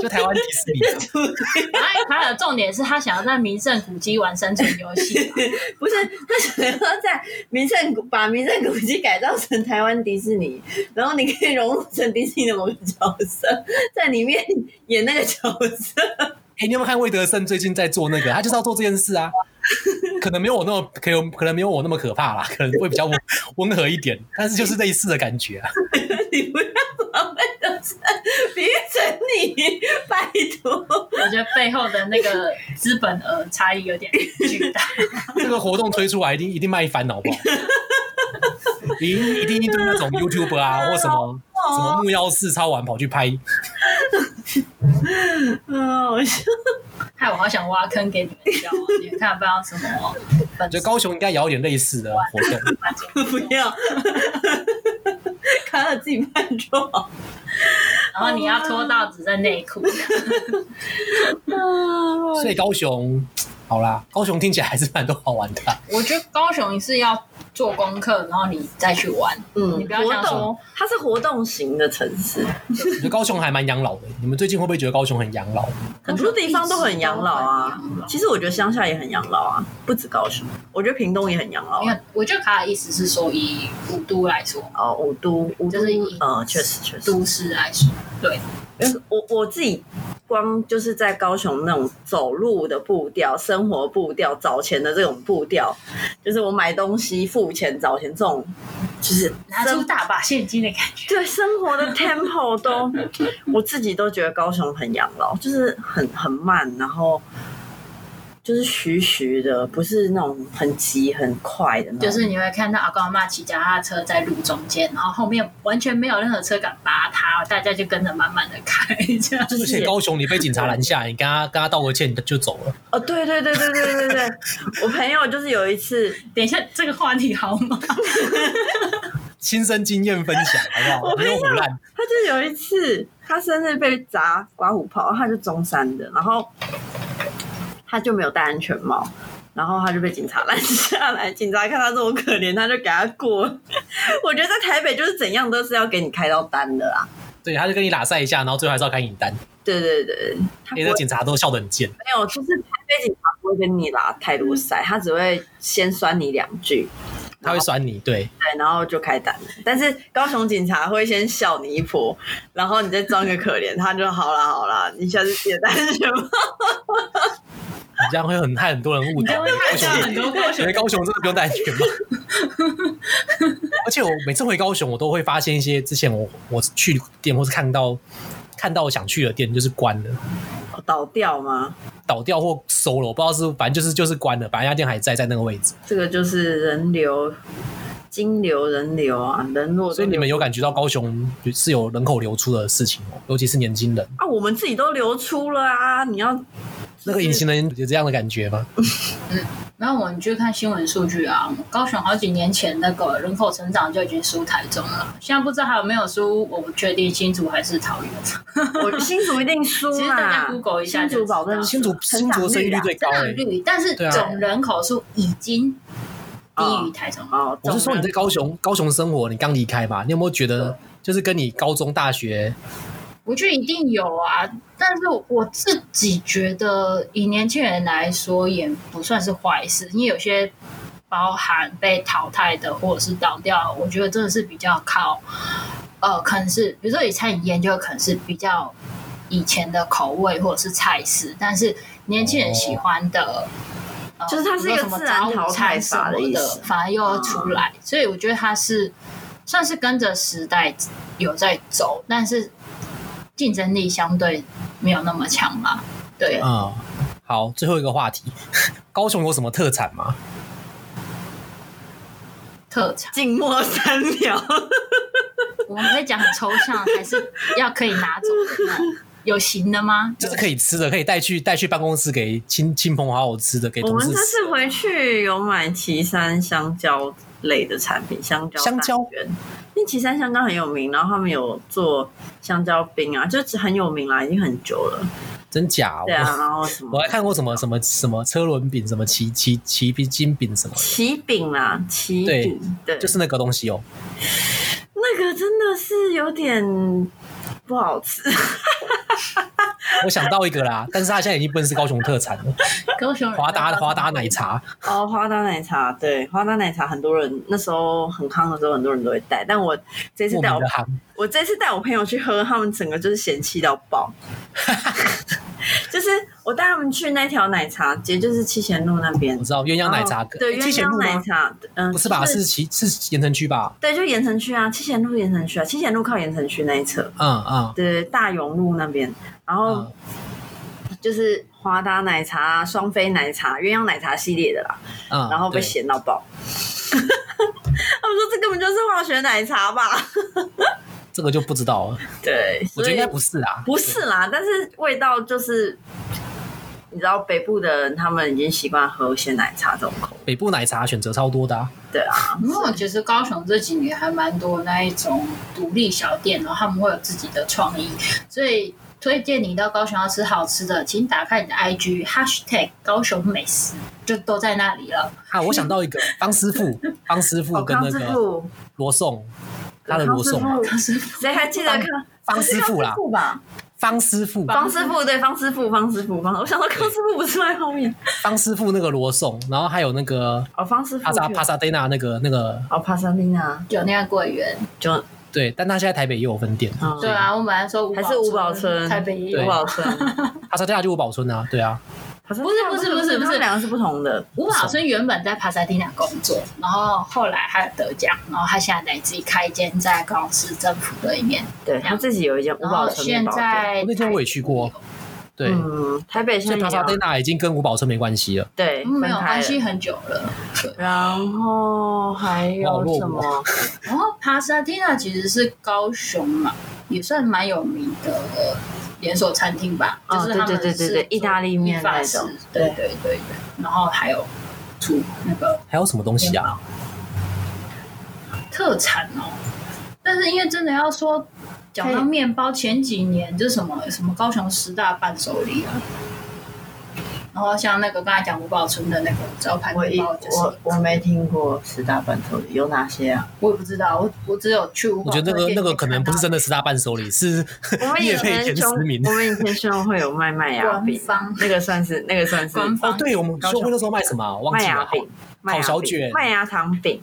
Speaker 1: 就台湾迪士尼。
Speaker 3: 然后卡尔重点是他想要在名胜古迹玩生存游戏嘛，
Speaker 2: 不是他想要在名胜古把名胜古迹改造成台湾迪士尼，然后你可以融入成迪士尼的某个角色，在里面演那个角色。
Speaker 1: 哎、你有没有看魏德胜最近在做那个？他就是要做这件事啊。可能没有我那么可能可能没有我那么可怕啦，可能会比较温温和一点，但是就是类似的感觉啊。
Speaker 2: 你不要把魏德胜比喻成你，拜托。
Speaker 3: 我觉得背后的那个资本额差异有点巨大。
Speaker 1: 这个活动推出来一定一定卖翻了，好不好？一定一定一堆那种 YouTube 啊，或什么什么木曜四超玩跑去拍，
Speaker 2: 嗯，我笑。
Speaker 3: 害我好想挖坑给你们跳，你们看不到什么粉
Speaker 1: 就
Speaker 3: 丝
Speaker 1: 高雄应该也有点类似的活动。
Speaker 2: 不要， 卡尔自己办就好。
Speaker 3: 然后你要脱到只剩内裤，
Speaker 1: 所以高雄，好啦，高雄听起来还是蛮多好玩的啊、
Speaker 3: 我觉得高雄是要做功课，然后你再去玩。
Speaker 2: 嗯
Speaker 3: 你不要想说，
Speaker 2: 它是活动型的城市，
Speaker 1: 我觉得高雄还蛮养老的。你们最近会不会觉得高雄很养老？
Speaker 2: 很多地方都很养老啊。其实我觉得乡下也很养老啊，不止高雄，我觉得屏东也很养老
Speaker 3: 没
Speaker 2: 啊。
Speaker 3: 有，我觉得卡尔意思是说，以古都来说，
Speaker 2: 哦，五都，五都
Speaker 3: 就是以，
Speaker 2: 呃，确实确实，
Speaker 3: 都市来说，对，
Speaker 2: 我我自己光就是在高雄那种走路的步调、生活步调、找钱的这种步调，就是我买东西、付钱、找钱这种，就是
Speaker 3: 拿出大把现金的感觉。
Speaker 2: 对生活的 tempo 都， 我自己都觉得高雄很养老，就是很很慢，然后就是徐徐的，不是那种很急很快的那种。
Speaker 3: 就是你会看到阿公阿妈骑脚踏车在路中间，然后后面完全没有任何车敢扒他，大家就跟着慢慢的开，这样。
Speaker 1: 而且高雄你被警察拦下，你跟他跟他道个歉，你就走了。
Speaker 2: 哦，对对对对对对对，我朋友就是有一次，
Speaker 3: 等一下，这个话题好吗？
Speaker 1: 亲身经验分享，好不好？没有胡乱，
Speaker 2: 他就有一次他生日被砸刮胡泡，他就中山的，然后他就没有戴安全帽。然后他就被警察拦下来，警察看他这么可怜，他就给他过。 我觉得在台北就是怎样都是要给你开到单的啦。
Speaker 1: 对，他就跟你拉塞一下，然后最后还是要开你单。
Speaker 2: 对对对，他不
Speaker 1: 哎、
Speaker 2: 会
Speaker 1: 那警察都笑得很贱。
Speaker 2: 没有，就是台北警察不会跟你拉太多塞，他只会先酸你两句，
Speaker 1: 他会酸你，对，
Speaker 2: 对，然后就开单了。但是高雄警察会先笑你一波，然后你再装个可怜，他就好啦好啦，你下次记得戴安全帽。
Speaker 1: 你这样会很害很多人误
Speaker 3: 你
Speaker 1: 导。
Speaker 3: 就会
Speaker 1: 高
Speaker 3: 看
Speaker 1: 雄
Speaker 3: 到很多高
Speaker 1: 觉
Speaker 3: 雄
Speaker 1: 得高雄真的不用戴安全帽。而且我每次回高雄，我都会发现一些之前我我去店或是看到看到想去的店就是关了。
Speaker 2: 倒掉吗？
Speaker 1: 倒掉或收了，我不知道是反正就是就是关了，反正那家店还在在那个位置，
Speaker 2: 这个就是人流、金流、人流啊，人若
Speaker 1: 所以你们有感觉到高雄是有人口流出的事情哦，尤其是年轻人，
Speaker 2: 啊，我们自己都流出了啊，你要
Speaker 1: 那个隐形人有这样的感觉吗？
Speaker 3: 然后我们去看新闻数据啊，高雄好几年前那个人口成长就已经输台中了，现在不知道还有没有输，我不确定新竹还是桃园。
Speaker 2: 我新竹一定输
Speaker 3: 其实大
Speaker 2: 啦
Speaker 3: 家 Google 一下
Speaker 2: 新
Speaker 3: 就
Speaker 2: 竹
Speaker 3: 知道
Speaker 2: 保证
Speaker 1: 新竹
Speaker 2: 成
Speaker 1: 新
Speaker 2: 长
Speaker 1: 竹的生育率
Speaker 2: 啊
Speaker 1: 最高、
Speaker 3: 增
Speaker 1: 欸
Speaker 3: 长，率，但是
Speaker 1: 对啊啊
Speaker 3: 总人口数已经低于台中了。
Speaker 2: 哦，
Speaker 1: 我是说你在高雄高雄生活，你刚离开嘛，你有没有觉得就是跟你高中大学
Speaker 3: 我觉得一定有啊，但是我自己觉得以年轻人来说也不算是坏事，因为有些包含被淘汰的或者是倒掉，我觉得真的是比较靠，呃，可能是比如说以餐饮业就可能是比较以前的口味或者是菜式，但是年轻人喜欢的、呃
Speaker 2: 就是它是一个
Speaker 3: 比如说什么
Speaker 2: 自然
Speaker 3: 早午
Speaker 2: 淘
Speaker 3: 餐
Speaker 2: 汰
Speaker 3: 什
Speaker 2: 法
Speaker 3: 么
Speaker 2: 的
Speaker 3: 的
Speaker 2: 意思
Speaker 3: 反而又要出来，所以我觉得它是算是跟着时代有在走，但是竞争力相对没有那么强嘛。对，
Speaker 1: 嗯，好，最后一个话题， 高雄有什么特产吗？
Speaker 3: 特 长
Speaker 2: 静默三秒，
Speaker 1: 哎
Speaker 3: 我们可以讲很抽象，还是要可以 拿走的那种？有形的吗？
Speaker 1: 就是可以吃的，可以带去带去办公室给亲亲朋好友吃的，给
Speaker 2: 我
Speaker 1: 同
Speaker 2: 们
Speaker 1: 事
Speaker 2: 这次
Speaker 1: 吃。
Speaker 2: 回去有买岐山香蕉类的产品，香蕉
Speaker 1: 香蕉
Speaker 2: 蛋卷，因为岐山香蕉很有名，然后他们有做香蕉冰啊，就是很有名啦，已经很久了。
Speaker 1: 真假？
Speaker 2: 对啊，然后什
Speaker 1: 我
Speaker 2: 么
Speaker 1: 我还看过什么什么什么车轮饼，什么骑骑骑皮筋饼什么的，
Speaker 2: 奇饼啦，奇
Speaker 1: 对
Speaker 2: 饼，对，
Speaker 1: 就是那个东西哦。
Speaker 2: 那个真的是有点不好 吃。
Speaker 1: 我想到一个啦，但是它现在已经不能是高雄特产了，
Speaker 3: 高雄人
Speaker 1: 华达华达奶茶。
Speaker 2: 哦，花丹奶茶，对，花丹奶茶，很多人那时候很夯的时候，很多人都会带，但我这次
Speaker 1: 莫
Speaker 2: 带
Speaker 1: 名
Speaker 2: 我
Speaker 1: 的行，
Speaker 2: 我这次带我朋友去喝，他们整个就是嫌弃到爆。 就是我带他们去那条奶茶街，就是七贤路那边
Speaker 1: 我。知道鸳鸯奶茶，
Speaker 2: 哦对，
Speaker 1: 诶
Speaker 2: 鸳
Speaker 1: 七贤
Speaker 2: 鸯
Speaker 1: 路
Speaker 2: 奶
Speaker 1: 吗？
Speaker 2: 茶，嗯，
Speaker 1: 不是吧？
Speaker 2: 就是
Speaker 1: 七是盐城区吧？
Speaker 2: 对，就盐城区啊，七贤路盐城区啊，七贤路靠盐城区那一侧，
Speaker 1: 嗯嗯
Speaker 2: 对，大勇路那边，然后
Speaker 1: 嗯
Speaker 2: 就是华达奶茶啊、双飞奶茶、鸳鸯奶茶系列的啦，
Speaker 1: 嗯，
Speaker 2: 然后被
Speaker 1: 对
Speaker 2: 咸到爆。 他们说这根本就是化学奶 茶吧？
Speaker 1: 这个就不知道了，
Speaker 2: 对，
Speaker 1: 我
Speaker 2: 所
Speaker 1: 觉得
Speaker 2: 以
Speaker 1: 应该不是啊，
Speaker 2: 不是啦，但是味道就是，你知道北部的人他们已经习惯喝鲜奶茶这种口味，
Speaker 1: 北部奶茶选择超多的、啊，
Speaker 2: 对啊，
Speaker 3: 因为我觉得高雄这几年还蛮多那一种独立小店，然后他们会有自己的创意，所以推荐你到高雄要吃好吃的，请打开你的 IG hashtag 高雄美
Speaker 1: 嗯
Speaker 3: 食，就都在那里了。
Speaker 1: 啊，我想到一个方师 傅，方师傅
Speaker 2: 哦，
Speaker 1: 跟
Speaker 2: 康
Speaker 1: 那
Speaker 2: 师
Speaker 1: 个
Speaker 2: 傅，
Speaker 1: 罗宋，他的
Speaker 2: 康
Speaker 1: 罗
Speaker 2: 师
Speaker 1: 宋嘛，
Speaker 2: 傅，
Speaker 3: 可是
Speaker 2: 谁还记得康
Speaker 1: 方师傅
Speaker 2: 康
Speaker 1: 啦
Speaker 2: 师，傅吧？
Speaker 1: 方师傅，
Speaker 2: 方师傅对，方师傅，方师傅，方，我想到康师傅不是在后面，
Speaker 1: 方师傅那个罗宋，然后还有那个
Speaker 2: 哦，方师傅
Speaker 1: 帕萨
Speaker 2: 去
Speaker 1: 帕萨蒂娜那个那个，
Speaker 2: 哦，帕萨蒂娜，
Speaker 3: 酒酿桂圆，
Speaker 1: 嗯
Speaker 2: 就
Speaker 1: 对，但他现在台北也有分店，
Speaker 2: 嗯
Speaker 3: 对啊，我本来说
Speaker 2: 还是五宝村
Speaker 3: 村，台北也
Speaker 1: 对
Speaker 2: 五
Speaker 3: 有。
Speaker 2: 宝村，
Speaker 1: 帕萨蒂娜就有保存啊，对啊，
Speaker 2: 不
Speaker 3: 不是不是不是不是
Speaker 2: 两个是不同的，
Speaker 3: 吴宝春原本在帕萨蒂纳工作，然后后来他得奖，然后他现在等于自己开一间在高雄市政府对面，
Speaker 2: 对他自己有一间五
Speaker 3: 然
Speaker 2: 宝
Speaker 3: 后
Speaker 2: 村面
Speaker 3: 现
Speaker 2: 包店，
Speaker 3: 在
Speaker 1: 那天我也去过，对，
Speaker 2: 嗯，台北
Speaker 1: 所
Speaker 2: 现
Speaker 1: 以帕
Speaker 2: 在
Speaker 1: 萨
Speaker 2: 也
Speaker 1: 蒂
Speaker 2: 有
Speaker 1: 娜已经跟五宝村没关系了，
Speaker 2: 对
Speaker 3: 嗯没有
Speaker 2: 分开
Speaker 3: 关
Speaker 2: 了
Speaker 3: 系很久了。
Speaker 2: 然后还有什么？
Speaker 3: 然后哦帕萨蒂纳其实是高雄嘛，也算蛮有名的呃连锁餐厅吧，
Speaker 2: 哦
Speaker 3: 就是他们
Speaker 2: 对对对对对
Speaker 3: 是做
Speaker 2: 意大利面
Speaker 3: 意法
Speaker 2: 那种
Speaker 3: 式对对对对，然后还有出那个
Speaker 1: 还有什么东西
Speaker 2: 嗯
Speaker 1: 啊？
Speaker 3: 特产哦。但是因为真的要说讲到面包，前几年就什么什么高雄十大伴手礼啊，然后像那个刚才讲五宝村的那个招牌
Speaker 2: 我
Speaker 3: 面
Speaker 2: 一
Speaker 3: 包，就是
Speaker 2: 我我没听过十大伴手礼有哪些啊？
Speaker 3: 我也不知道，我我只有去五
Speaker 1: 我
Speaker 3: 宝
Speaker 1: 觉
Speaker 3: 村
Speaker 1: 得那个
Speaker 3: 店里面看到，
Speaker 1: 那个可能不是真的十大伴手礼，是
Speaker 2: 我 们以
Speaker 1: 叶配
Speaker 2: 前
Speaker 1: 前
Speaker 2: 兄，
Speaker 1: 十名
Speaker 2: 我。们以前兄会有卖麦芽
Speaker 3: 官
Speaker 2: 饼，
Speaker 3: 方
Speaker 2: 那个算是那个算是
Speaker 3: 官
Speaker 1: 哦
Speaker 3: 方，
Speaker 1: 对，我们
Speaker 2: 高
Speaker 1: 修
Speaker 2: 雄
Speaker 1: 会那时候卖什么啊？忘
Speaker 2: 麦
Speaker 1: 记
Speaker 2: 芽
Speaker 1: 了。
Speaker 2: 饼。麦
Speaker 1: 烤
Speaker 2: 芽
Speaker 1: 小
Speaker 2: 饼
Speaker 1: 卷
Speaker 2: 麦芽糖饼，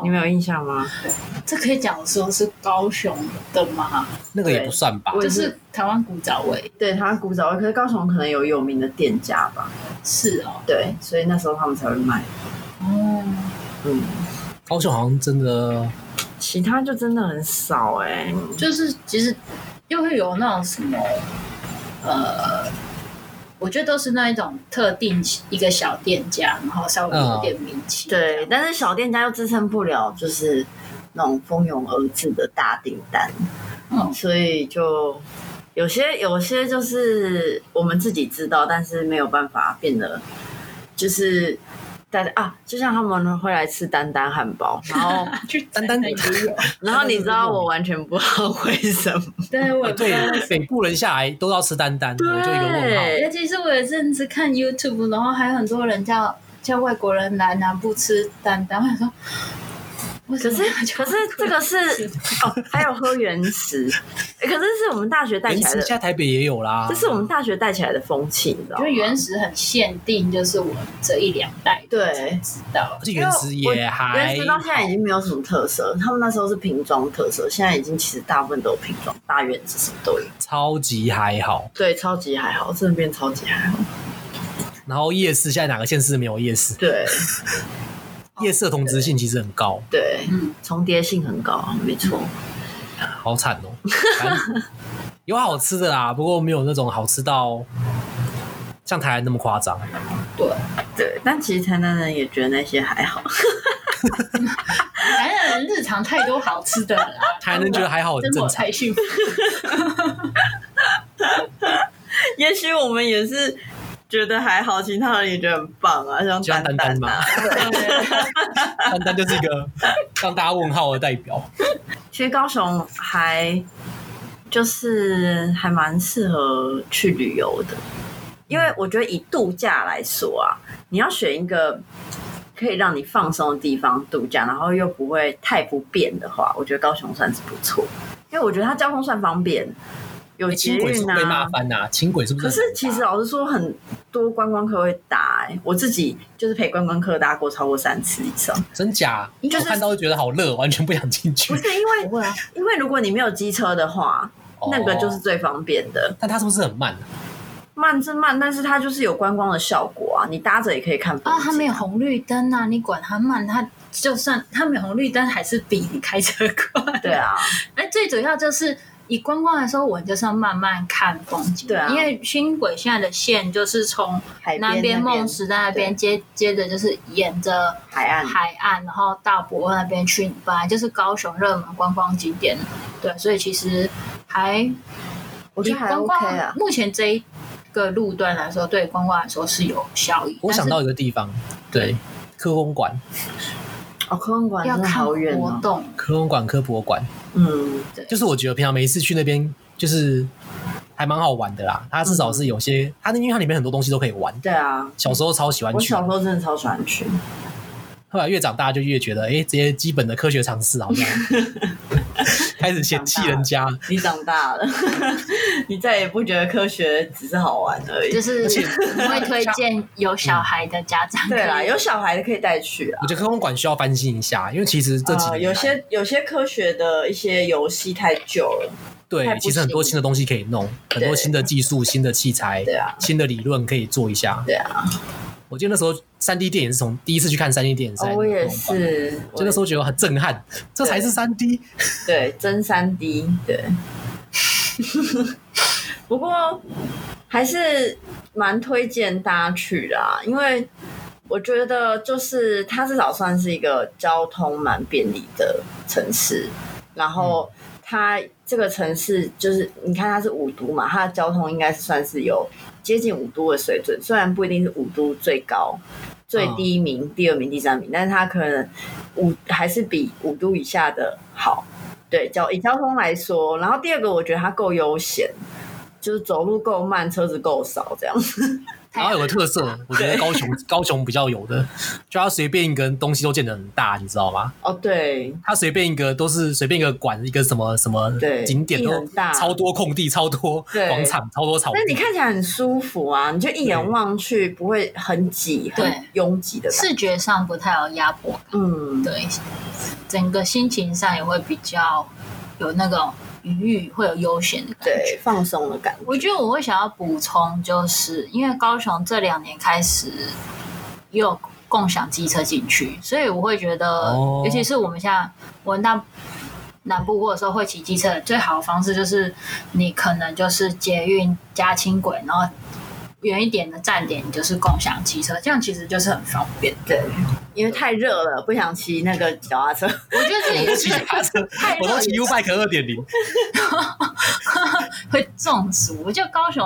Speaker 1: 嗯
Speaker 2: 你们有印象吗？
Speaker 3: 这可以讲说是高雄的吗？
Speaker 1: 那个也不算吧
Speaker 2: 对。我也
Speaker 3: 就是是台湾古早味，
Speaker 2: 对，台湾古早味，可是高雄可能有有名的店家吧？
Speaker 3: 是哦，
Speaker 2: 对，所以那时候他们才会卖。
Speaker 3: 哦，
Speaker 2: 嗯，
Speaker 1: 高雄好像真
Speaker 2: 哦
Speaker 1: 的
Speaker 2: 其他就真的很少哎、
Speaker 3: 就是其实又会有那种什么，呃，我觉得都是那一种特定一个小店家，然后稍微有点名气，
Speaker 2: 嗯对，，但是小店家又支撑不了，就是那种蜂拥而至的大订单，
Speaker 3: 嗯，
Speaker 2: 所以就有些有些就是我们自己知道，但是没有办法变得就是。大家啊，就像他们会来吃丹丹汉堡， 然
Speaker 1: 哦
Speaker 2: 后
Speaker 3: 去
Speaker 1: 单单
Speaker 3: 也有，
Speaker 2: 然后你知道我完全不知道为什么，
Speaker 3: 对，我也不知道为
Speaker 1: 对
Speaker 3: 什
Speaker 1: 北部人下来都要吃丹丹，我就一个问号。
Speaker 3: 么 尤其是我有阵子看 YouTube，然后还有很多人叫叫外国人来南部吃蛋蛋，我想说。为 什
Speaker 2: 可
Speaker 3: 么
Speaker 2: 是
Speaker 3: 要
Speaker 2: 可
Speaker 3: 叫
Speaker 2: 是
Speaker 3: 外
Speaker 2: 这
Speaker 3: 国
Speaker 2: 个
Speaker 3: 人
Speaker 2: 是哦，还有喝原石，可是是我们大学带
Speaker 1: 原
Speaker 2: 起来
Speaker 1: 石
Speaker 2: 的
Speaker 1: 现，在台北也有啦。
Speaker 2: 这是我们大学带起来的风气，你知道
Speaker 3: 因
Speaker 2: 吗
Speaker 3: 为？原始很限定，就是我们这一两代
Speaker 2: 对，
Speaker 3: 知道
Speaker 1: 而。且原石也还
Speaker 2: 原石到现在已经没有什么特色，他们那时候是瓶装特色，现在已经其实大部分都有瓶装，大院子什么都有。
Speaker 1: 超级还好。
Speaker 2: 对，超级还好，真的变超级还好。
Speaker 1: 然后夜市现在哪个县市没有夜市？
Speaker 2: 对
Speaker 1: 夜市的同质性其实很高，
Speaker 2: 对，
Speaker 3: 嗯
Speaker 2: 重叠性很高，没错。
Speaker 1: 好惨 哦。反正有好吃的啦，不过没有那种好吃到像台南那么夸张。
Speaker 3: 对，
Speaker 2: 对，但其实台南人也觉得那些还好。
Speaker 3: 台南人日常太多好吃的了啦，
Speaker 1: 台南人觉得还好很
Speaker 3: 真
Speaker 1: 正
Speaker 3: 我
Speaker 1: 常
Speaker 3: 太幸福。
Speaker 2: 也许我们也是觉得还好，其他人也觉得很棒啊，像
Speaker 1: 就像丹丹
Speaker 2: 丹
Speaker 1: 嘛
Speaker 2: 啊。
Speaker 1: 丹丹就是一个让大家问号的代 表。
Speaker 2: 其实高雄还就是还蛮适合去旅游的，因为我觉得以度假来说啊，你要选一个可以让你放松的地方度假，然后又不会太不便的话，我觉得高雄算是不错，因为我觉得它交通算方便，有捷
Speaker 1: 轻轨哎是
Speaker 2: 运
Speaker 1: 不是被骂
Speaker 2: 啊。
Speaker 1: 翻呐、轻轨是不是
Speaker 2: 可
Speaker 1: 很
Speaker 2: 是
Speaker 1: 难搭？
Speaker 2: 其实老实说，很多观光客会搭、欸，我自己就是陪观光客搭过超过三次以上，
Speaker 1: 真假，
Speaker 2: 就是
Speaker 1: 我看到就觉得好热，完全不想进去
Speaker 2: 不。是因为
Speaker 3: 不会啊，
Speaker 2: 因为如果你没有机车的话，那个就是
Speaker 1: 哦，
Speaker 2: 最方便的。
Speaker 1: 但它是不是很慢、啊？
Speaker 2: 慢是慢，但是它就是有观光的效果啊，你搭着也可以看风
Speaker 3: 啊，
Speaker 1: 哦
Speaker 2: 景。
Speaker 3: 他没有红绿灯啊，你管他慢，他就算他没有红绿灯，还是比你开车快。
Speaker 2: 对，啊，
Speaker 3: 哎，最主要就是以观光来说，我就是要慢慢看风景。
Speaker 2: 对啊
Speaker 3: 因为轻轨现在的线就是从
Speaker 2: 海边
Speaker 3: 那边梦
Speaker 2: 石
Speaker 3: 时代那边接接着就是沿着
Speaker 2: 海岸，
Speaker 3: 海岸，然后到博恩那边去，本来就是高雄热门观光景点。对，所以其实还
Speaker 2: 我觉
Speaker 3: 以
Speaker 2: 得还
Speaker 3: 观
Speaker 2: OK
Speaker 3: 光
Speaker 2: 啊。
Speaker 3: 目前这一个路段来说，对观光来说是有效益。
Speaker 1: 我想
Speaker 3: 但
Speaker 1: 到一个地方，对，科公馆、
Speaker 2: 哦，科文馆
Speaker 3: 是要
Speaker 2: 真的
Speaker 3: 看
Speaker 2: 好远
Speaker 3: 活
Speaker 2: 哦。
Speaker 3: 动。
Speaker 1: 科公馆、科博馆，
Speaker 2: 嗯，
Speaker 1: 就是我觉得平常每一次去那边，就是还蛮好玩的啦。它至
Speaker 2: 嗯
Speaker 1: 少是有些，它因为它里面很多东西都可以玩。
Speaker 2: 对啊，
Speaker 1: 小时候超喜欢
Speaker 2: 我
Speaker 1: 去，
Speaker 2: 小时候真的超喜欢去。
Speaker 1: 后来越长大就越觉得，哎、这些基本的科学常识 好像开始嫌弃人家。
Speaker 2: 你长大了， 你再也不觉得科学只是好玩而已。
Speaker 3: 就是我会推荐有
Speaker 1: 嗯
Speaker 3: 小孩的家长。
Speaker 2: 对啦，有小孩的可以带去啊。
Speaker 1: 我觉得科公馆需要翻新一下，因为其实这几年、
Speaker 2: 呃有些有些科学的一些游戏太旧了，太
Speaker 1: 对，
Speaker 2: 不
Speaker 1: 其实很多新的东西可以弄，很多新的技术、新的器材、
Speaker 2: 对啊
Speaker 1: 新的理论可以做一下。
Speaker 2: 对啊，
Speaker 1: 我记得那时候三 D 电影是从第一次去看三 D 电影是在
Speaker 2: 哦
Speaker 1: 那
Speaker 2: 我
Speaker 1: 个
Speaker 2: 也
Speaker 1: 公馆，
Speaker 2: 是，
Speaker 1: 就那时候觉得很震撼，这才是三 D。
Speaker 2: 对，真三 D，对。 不过还是蛮推荐大家去的、啊，因为我觉得就是它至少算是一个交通蛮便利的城市，然后它这个城市就是你看它是五都嘛，它的交通应该是算是有接近五都的水准，虽然不一定是五都最高。最低名、第二名、第三名，但是它可能五还是比五度以下的好。对，交以交通来说，然后第二个我觉得它够悠闲，就是走路够慢，车子够少，这样。
Speaker 1: 然
Speaker 2: 啊
Speaker 1: 后有个特色，我觉得高雄高雄比较有的，就它随便一个东西都建得很大，你知道吗？
Speaker 2: 哦，对，
Speaker 1: 它随便一个都是随便一个馆，一个什么什么
Speaker 2: 对
Speaker 1: 景点
Speaker 2: 地
Speaker 1: 都
Speaker 2: 很大
Speaker 1: 超多空地、超多
Speaker 2: 对
Speaker 1: 广场、超多草
Speaker 2: 但是你
Speaker 1: 地。
Speaker 2: 看起来很舒服啊，你就一眼望去不会很挤、
Speaker 3: 对
Speaker 2: 很拥挤的感觉。
Speaker 3: 视觉上不太有压迫感，
Speaker 2: 嗯，
Speaker 3: 对，整个心情上也会比较有那种愉悦，会有悠闲的感觉。
Speaker 2: 对，放松的感觉。
Speaker 3: 我觉得我会想要补充，就是因为高雄这两年开始也有共享机车进去，所以我会觉得，
Speaker 1: 哦
Speaker 3: 尤其是我们现在文大南部或者说会骑机车，最好的方式就是你可能就是捷运加轻轨，然后远一点的站点你就是共享机车，这样其实就是很方便。
Speaker 2: 对，因为太热了，不想骑那个脚踏车。
Speaker 3: 我觉得这
Speaker 1: 我
Speaker 3: 也
Speaker 1: 都骑
Speaker 3: 是
Speaker 1: 它车，
Speaker 3: 太
Speaker 1: 我
Speaker 3: 热
Speaker 1: 都
Speaker 3: 也
Speaker 1: 骑 U Bike 二点零，
Speaker 3: 会中暑。我觉得高雄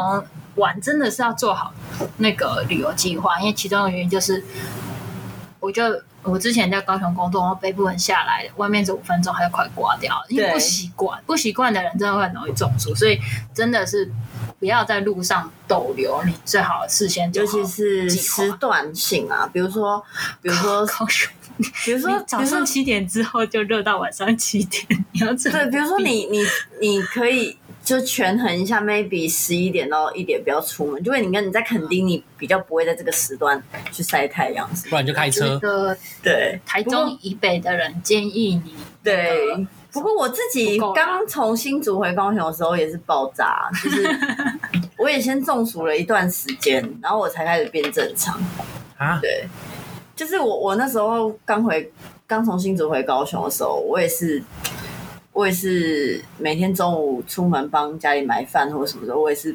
Speaker 3: 玩真的是要做好那个旅游计划，因为其中的原因就是，我就我之前在高雄工作，然后北部很下来，外面走五分钟它就快挂掉了，因为
Speaker 2: 对
Speaker 3: 不习惯，不习惯的人真的会很容易中暑，所以真的是不要在路上逗留，你最好事先做
Speaker 2: 尤
Speaker 3: 好
Speaker 2: 其是
Speaker 3: 计划
Speaker 2: 时段性啊，比如说，比如说，
Speaker 3: 高雄，
Speaker 2: 比如说，
Speaker 3: 你
Speaker 2: 比
Speaker 3: 早
Speaker 2: 如说
Speaker 3: 上七点之后就热到晚上七点，你要怎么
Speaker 2: 对，比如说你你你可以就权衡一下，maybe 十一点到一点不要出门，就为你跟你在垦丁，你比较不会在这个时段去晒太阳。
Speaker 1: 不然就开
Speaker 3: 觉
Speaker 1: 车。
Speaker 3: 得
Speaker 2: 对
Speaker 3: 台
Speaker 2: 不过
Speaker 3: 中以北的人建议你那个
Speaker 2: 对。不过我自己
Speaker 3: 不够啦
Speaker 2: 刚从新竹回高雄的时候也是爆炸，就是我也先中暑了一段时间，然后我才开始变正常。
Speaker 1: 啊，
Speaker 2: 对，就是我我那时候刚回刚从新竹回高雄的时候，我也是我也是每天中午出门帮家里买饭或什么的，我也是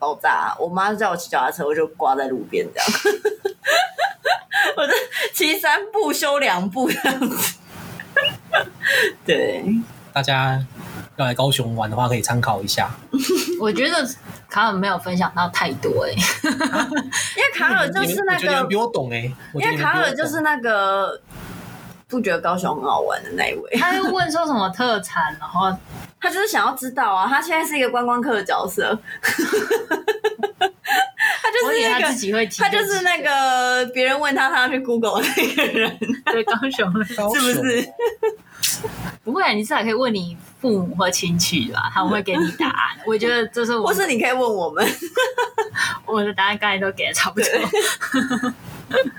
Speaker 2: 爆炸。啊我妈叫我骑脚踏车，我就挂在路边这样， 我就骑三步休两步这样子。对，
Speaker 1: 大家要来高雄玩的话，可以参考一下。
Speaker 3: 我觉得卡尔没有分享到太多哎、
Speaker 2: 因为卡尔就
Speaker 1: 你
Speaker 2: 是
Speaker 1: 们
Speaker 2: 那
Speaker 1: 我觉得你
Speaker 2: 个
Speaker 1: 们比我懂哎，我
Speaker 2: 因
Speaker 1: 觉得
Speaker 2: 为
Speaker 1: 你们比我
Speaker 2: 卡尔就
Speaker 1: 懂
Speaker 2: 是那个不觉得高雄很好玩的那一位，
Speaker 3: 他又问说什么特产，然后
Speaker 2: 他 就是想要知道啊，他现在是一个观光客的角色，他就
Speaker 3: 我以
Speaker 2: 是
Speaker 3: 为
Speaker 2: 那
Speaker 3: 他
Speaker 2: 个
Speaker 3: 自己会提，
Speaker 2: 他就是那个别人问他，他要去 Google 的那个人，
Speaker 3: 对高雄的，
Speaker 1: 高
Speaker 2: 是不是
Speaker 1: 雄？
Speaker 3: 不会啊，你至少可以问你父母或亲戚吧，他们会给你答案。我觉得这是
Speaker 1: 哦
Speaker 3: 我
Speaker 2: 或是你可以问我们，
Speaker 3: 我的答案，刚才都给的差不多。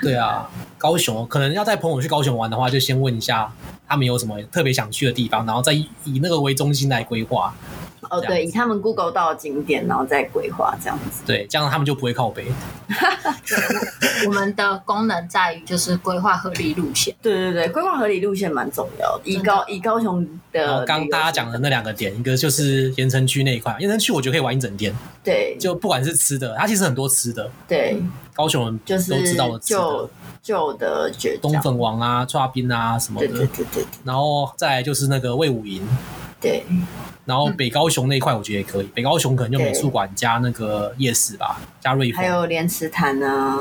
Speaker 1: 对啊，高雄可能要带朋友去高雄玩的话，就先问一下他们有什么特别想去的地方，然后再以以那个为中心来规划。
Speaker 2: 哦，对，以他们 Google 到的景点，然后再规划这样子。
Speaker 1: 对，这样他们就不会靠背。
Speaker 3: 我们的功能在于就是规划合理路线，
Speaker 2: 对对对，规划合理路线蛮重要的。以高以高雄
Speaker 1: 然
Speaker 2: 的
Speaker 1: 后哦刚
Speaker 2: 旅游
Speaker 1: 大家讲的那两个点，一个就是盐城区那一块，盐城区我觉得可以玩一整天，
Speaker 2: 对
Speaker 1: 就不管是吃的，它其实很多吃的，
Speaker 2: 对，
Speaker 1: 高雄人
Speaker 2: 就
Speaker 1: 都
Speaker 2: 是
Speaker 1: 知道的吃的
Speaker 2: 旧，旧的绝
Speaker 1: 东
Speaker 2: 招。
Speaker 1: 粉王啊、抓冰啊什么
Speaker 2: 对对
Speaker 1: 的，
Speaker 2: 对对
Speaker 1: 然后再来就是那个魏武营，
Speaker 2: 对
Speaker 1: 然
Speaker 2: 嗯
Speaker 1: 后北高雄那一块我觉得也可以，北高雄可能就美术馆加那个夜市吧，加瑞
Speaker 2: 对，还
Speaker 1: 丰，
Speaker 2: 有莲池潭啊，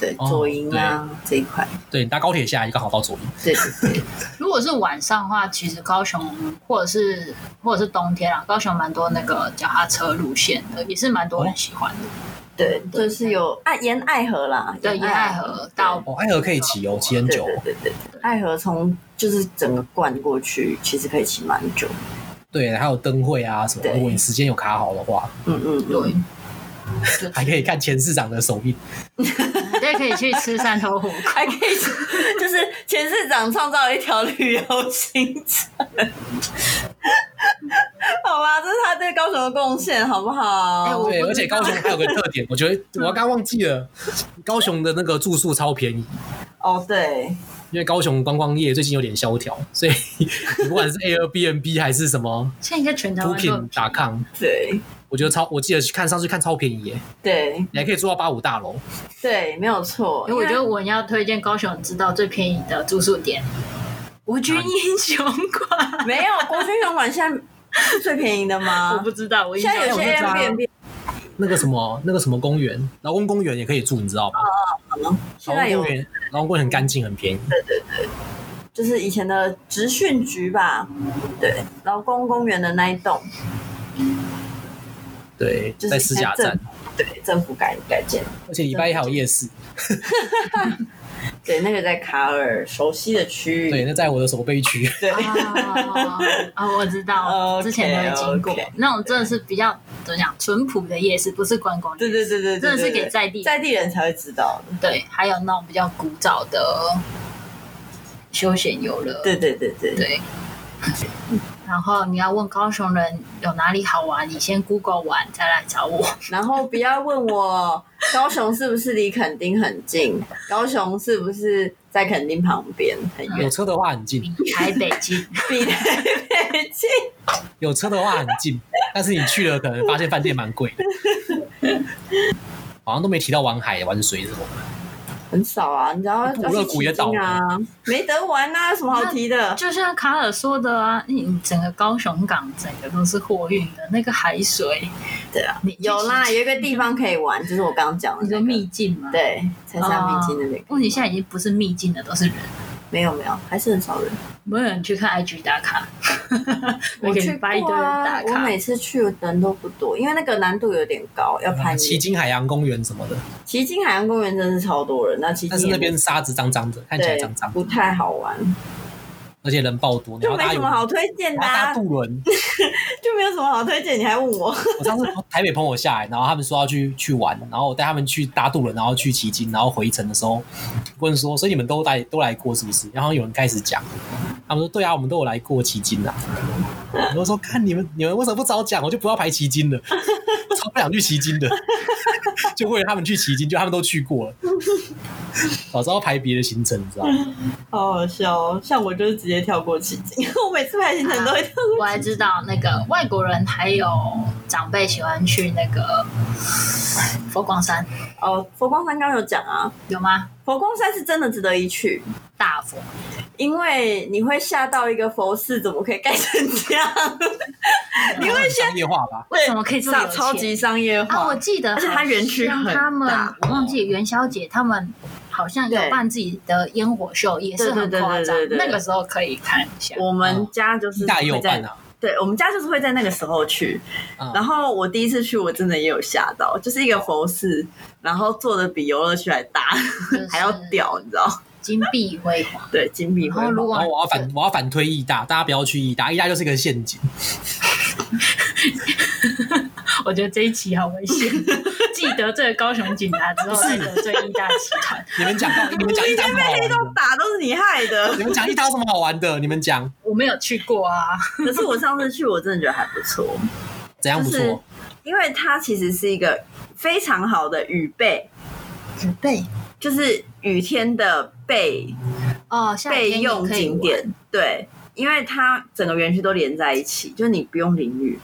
Speaker 2: 对
Speaker 1: 哦
Speaker 2: 左营啊这一块，
Speaker 1: 对，你搭高铁下来就刚好到左营。
Speaker 2: 对对对，
Speaker 3: 如果是晚上的话，其实高雄或者是或者是冬天啊，高雄蛮多那个脚踏车路线的，也是蛮多人喜欢的。
Speaker 2: 对，就是有爱沿爱河啦，
Speaker 3: 对，沿爱河到
Speaker 1: 哦，爱河可以骑哦，骑很
Speaker 2: 对
Speaker 1: 久哦。
Speaker 2: 对对对对，爱河从就是整个灌过去，其实可以骑蛮久。
Speaker 1: 对，还有灯会啊什么。
Speaker 2: 对
Speaker 1: 如果你时间有卡好的话，
Speaker 2: 嗯嗯，
Speaker 3: 对，
Speaker 1: 还可以看前市长的手印。
Speaker 3: 对，可以去吃汕头火锅。
Speaker 2: 还可以骑，就是前市长创造了一条旅游行程。好吧，这是他对高雄的贡献，好不好？
Speaker 3: 哎我
Speaker 1: 对，
Speaker 3: 不
Speaker 1: 而且
Speaker 3: 知道
Speaker 1: 高雄还有个特点，我觉 得我刚刚忘记了，高雄的那个住宿超便宜，
Speaker 2: 哦，对，
Speaker 1: 因为高雄观光业最近有点萧条，所以 你不管是 Airbnb 还是什么
Speaker 3: 现在应该全台湾都很
Speaker 1: Booking.com，
Speaker 2: 对，
Speaker 1: 我觉得超，我记得去看上次看超便宜耶，
Speaker 2: 对，
Speaker 1: 你还可以住到八五大楼。
Speaker 2: 对，没有错。
Speaker 3: 因为哎我觉得我要推荐高雄知道最便宜的住宿点，无菌英雄馆。
Speaker 2: 没有国军泳馆现在是最便宜的
Speaker 3: 我
Speaker 2: 吗？
Speaker 3: 不知道，我印
Speaker 2: 现
Speaker 3: 象
Speaker 2: 在有
Speaker 1: 我
Speaker 2: 些
Speaker 1: 就知道
Speaker 2: Airbnb
Speaker 1: 那个什么，那个什么公园，劳工公园也可以住，你知道吗？劳
Speaker 2: 哦现在
Speaker 1: 工
Speaker 2: 有
Speaker 1: 公，园，劳工公园很干净，很便宜。
Speaker 2: 就是以前的职训局吧，对，劳工公园的那一栋，
Speaker 1: 对，
Speaker 2: 就是
Speaker 1: 在石甲
Speaker 2: 现在
Speaker 1: 站，
Speaker 2: 对，政府改改建，
Speaker 1: 而且礼拜一还有夜市。
Speaker 2: 对，那个在卡尔熟悉的区域，
Speaker 1: 对，那在我的手背区。
Speaker 2: 对
Speaker 3: 啊啊，我知道，
Speaker 2: 哦 OK，
Speaker 3: 之前都会经过
Speaker 2: OK
Speaker 3: 那种真的是比较怎么讲淳朴的夜市，不是观光，
Speaker 2: 对对对对对，
Speaker 3: 真的是
Speaker 2: 对对
Speaker 3: 给在地
Speaker 2: 在地人才会知道的，
Speaker 3: 对，还有那种比较古早的休闲游乐。
Speaker 2: 对对对对
Speaker 3: 对然后你要问高雄人有哪里好玩，你先 Google 完再来找我。
Speaker 2: 然后不要问我高雄是不是离垦丁很近，高雄是不是在垦丁旁边很
Speaker 1: 有
Speaker 2: 远，
Speaker 1: 车的话很近，
Speaker 3: 离台北 近，
Speaker 2: 比台北近。
Speaker 1: 有车的话很近，但是你去了可能发现饭店蛮贵的。好像都没提到玩海、玩水什么的。
Speaker 2: 很少啊，你知道
Speaker 1: 布勒谷也倒了
Speaker 2: 啊，没得玩啊，有什么好提的？
Speaker 3: 就像卡尔说的啊，你你整个高雄港整个都是货运的，那个海水，
Speaker 2: 对啊
Speaker 3: 你，
Speaker 2: 有啦，有一个地方可以玩，就是我刚刚讲的
Speaker 3: 你
Speaker 2: 那
Speaker 3: 说
Speaker 2: 个
Speaker 3: 秘境吗？，
Speaker 2: 对，才上秘境那边
Speaker 3: 哦。问题现在已经不是秘境的，都是人，
Speaker 2: 没有没有，还是很少人。
Speaker 3: 没有人去看 IG 打卡。
Speaker 2: 我
Speaker 3: 给你
Speaker 2: 去过
Speaker 3: 发一堆人
Speaker 2: 啊
Speaker 3: 打，
Speaker 2: 我
Speaker 3: 卡。
Speaker 2: 每次去人都不多，因为那个难度有点高，要攀
Speaker 1: 奇
Speaker 2: 岩。
Speaker 1: 经海洋公园什么的，
Speaker 2: 奇经海洋公园真的是超多人，那奇
Speaker 1: 但
Speaker 2: 经
Speaker 1: 是
Speaker 2: 也
Speaker 1: 那边沙子脏脏的，看起来
Speaker 2: 对
Speaker 1: 脏脏的
Speaker 2: 不，太好玩，
Speaker 1: 而且人爆多。你
Speaker 2: 就
Speaker 1: 要
Speaker 2: 没
Speaker 1: 搭
Speaker 2: 什
Speaker 1: 游
Speaker 2: 么好推荐
Speaker 1: 你
Speaker 2: 的
Speaker 1: 要搭
Speaker 2: 啊，
Speaker 1: 渡轮。
Speaker 2: 就没有什么好推荐。你还问我？
Speaker 1: 我上次台北朋友下来，然后他们说要去去玩，然后我带他们去搭渡轮，然后去奇经，然后回程的时候问说，所以你们都来都来过是不是？然后有人开始讲，他们说对啊，我们都有来过奇经啊。我就说看你们你们为什么不早讲，我就不要排奇经了。超不想去旗津的， 就为了他们去旗津，就他们都去过了，早知道排别的行程，你知道吗？
Speaker 2: 好好笑哦！像我就是直接跳过奇景， 我每次拍行程都会跳过。
Speaker 3: 我还知道那个外国人还有长辈喜欢去那个佛光山，
Speaker 2: 哦，佛光山刚刚有讲啊，
Speaker 3: 有吗？
Speaker 2: 佛光山是真的值得一去，
Speaker 3: 大佛，
Speaker 2: 因为你会吓到一个佛寺怎么可以盖成这样，你会吓
Speaker 1: 商业化吧？
Speaker 3: 为什么可以这么有
Speaker 2: 上
Speaker 3: 钱
Speaker 2: 超级商业化。
Speaker 3: 啊，我记得好
Speaker 2: 而且
Speaker 3: 像
Speaker 2: 它园区很大
Speaker 3: 他们我忘记元宵节他们好像有
Speaker 2: 对
Speaker 3: 办自己的烟火秀，也
Speaker 2: 对
Speaker 3: 是很
Speaker 2: 对对
Speaker 3: 夸张
Speaker 2: 对对。对
Speaker 3: 那个时候可以看一下。
Speaker 2: 我们家就是
Speaker 1: 意大利也
Speaker 2: 会
Speaker 1: 有
Speaker 2: 在
Speaker 1: 办，啊，
Speaker 2: 对我们家就是会在那个时候去。
Speaker 1: 嗯
Speaker 2: 然后我第一次去，我真的也有吓到，就是一个佛寺，然后做的比游乐区还大，
Speaker 3: 就是
Speaker 2: 还要屌，你知道？
Speaker 3: 金碧辉煌，
Speaker 2: 对，金币
Speaker 3: 然
Speaker 2: 会
Speaker 3: 后哦如
Speaker 1: 然
Speaker 3: 果
Speaker 1: 后我要反我要反推义大，大家不要去义大，义大就是一个陷阱。
Speaker 3: 我觉得这一期好危险，
Speaker 5: 记得这个高雄警察之后再得罪义大集团。
Speaker 1: 你们讲到你们讲义大什么好 玩的？
Speaker 2: 打都是你害的。
Speaker 1: 你们讲义大有什么好玩的？你们讲
Speaker 5: 我没有去过啊，
Speaker 2: 可是我上次去，我真的觉得还不错，
Speaker 1: 怎样不
Speaker 2: 就是
Speaker 1: 错？
Speaker 2: 因为它其实是一个非常好的雨备，
Speaker 3: 准备
Speaker 2: 就是雨天的备
Speaker 3: 哦，夏天
Speaker 2: 备
Speaker 3: 也
Speaker 2: 用
Speaker 3: 可以
Speaker 2: 景点，对，因为它整个园区都连在一起，就是你不用淋雨，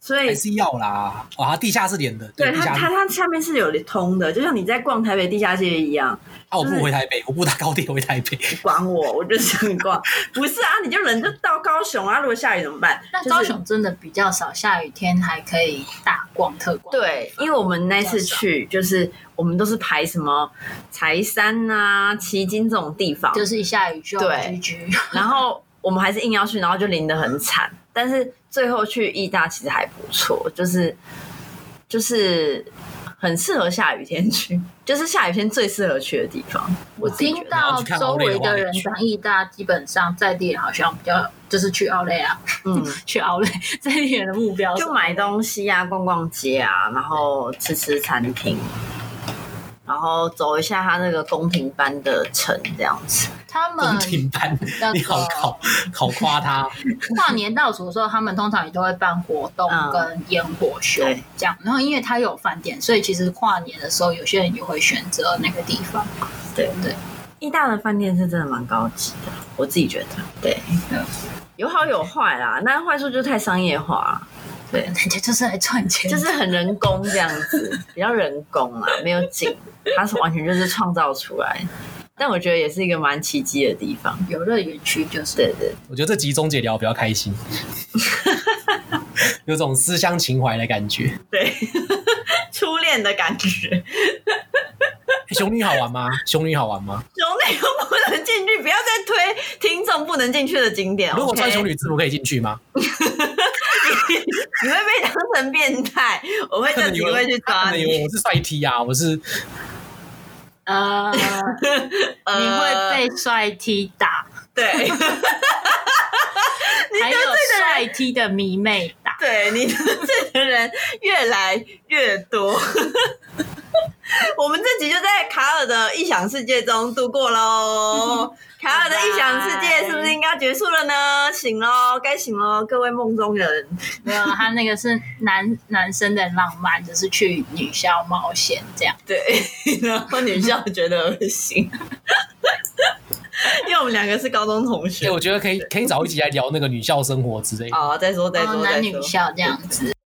Speaker 2: 所以
Speaker 1: 还是要啦。哦，它地下室连的，
Speaker 2: 哎对
Speaker 1: 地
Speaker 2: 它，
Speaker 1: 下
Speaker 2: 它
Speaker 1: 室。
Speaker 2: 它下面是有通的，就像你在逛台北地下街一样。
Speaker 1: 啊，我不如回台北，我不如搭高铁回台北。
Speaker 2: 管我，我就想逛。 不是啊，你就人就到高雄啊，如果下雨怎么办？
Speaker 3: 那
Speaker 2: 就是
Speaker 3: 高雄真的比较少，下雨天还可以大逛特逛。，
Speaker 2: 对，因为我们那次去，就是我们都是排什么柴山啊、旗津这种地方，
Speaker 3: 就是一下雨就
Speaker 2: 对
Speaker 3: GG。
Speaker 2: 然后我们还是硬要去，然后就淋得很惨。但是最后去义大其实还不错，就是就是很适合下雨天去，就是下雨天最适合去的地方。
Speaker 3: 我
Speaker 2: 自己
Speaker 3: 听
Speaker 2: 觉得
Speaker 3: 到周围的人讲义大，基本上在地人好像比较就是去奥莱啊，
Speaker 2: 嗯，
Speaker 3: 去奥莱， 在地人的目标是
Speaker 2: 就买东西啊，逛逛街啊，然后吃吃餐厅，然后走一下他那个宫廷般的城这样子。
Speaker 3: 他们
Speaker 2: 嗯
Speaker 1: 宫廷班，
Speaker 3: 那
Speaker 1: 你好
Speaker 3: 个
Speaker 1: 考考夸他。
Speaker 3: 跨年倒数的时候，他们通常也都会办活动
Speaker 2: 嗯
Speaker 3: 跟烟火秀
Speaker 2: 对
Speaker 3: 这样。然后因为它有饭店，所以其实跨年的时候，有些人也会选择那个地方。
Speaker 2: 对
Speaker 3: 对，
Speaker 2: 意大的饭店是真的蛮高级的，我自己觉得。对，有好有坏啦，那坏处就是太商业化了，
Speaker 3: 感觉 就是来赚钱，
Speaker 2: 就是很人工这样子，比较人工啊，没有景，它是完全就是创造出来。但我觉得也是一个蛮奇迹的地方。
Speaker 3: 游乐园区就是
Speaker 2: 对对，
Speaker 1: 我觉得这集中姐聊得比较开 心，有种思乡情怀的感觉。
Speaker 2: 对， 初恋的感觉。
Speaker 1: 哎熊女好玩吗？熊女好玩吗？
Speaker 2: 熊女又不能进去，不要再推听众不能进去的景点。
Speaker 1: 如果穿
Speaker 2: OK？
Speaker 1: 熊女制服可以进去吗？
Speaker 2: 你会被当成变态，我会
Speaker 1: 可
Speaker 2: 这
Speaker 1: 能
Speaker 2: 你
Speaker 1: 以为
Speaker 2: 会去
Speaker 1: 可
Speaker 2: 抓
Speaker 1: 能以为
Speaker 2: 你。
Speaker 1: 我是帅 T 啊，我是
Speaker 3: 呃，你
Speaker 2: 呃
Speaker 3: 会被帅 T 打，
Speaker 2: 对
Speaker 3: 还有帅 T 的迷妹打。
Speaker 2: 对，你这个人越来越多。 我们这集就在卡尔的异想世界中度过喽。卡尔的异想世界是不是应该结束了呢？醒喽，该醒喽，各位梦中人。
Speaker 3: 没有，啊他那个是男男生的浪漫，就是去女校冒险这样。
Speaker 2: 对， 然后女校觉得恶心， 因为我们两个是高中同
Speaker 1: 哎、
Speaker 2: 学。
Speaker 1: 我觉得可以可以找一集来聊那个女校生活之类的。
Speaker 2: 哦，再说再
Speaker 3: 然后
Speaker 2: 说再
Speaker 3: 男
Speaker 2: 说
Speaker 3: 女。校这样子。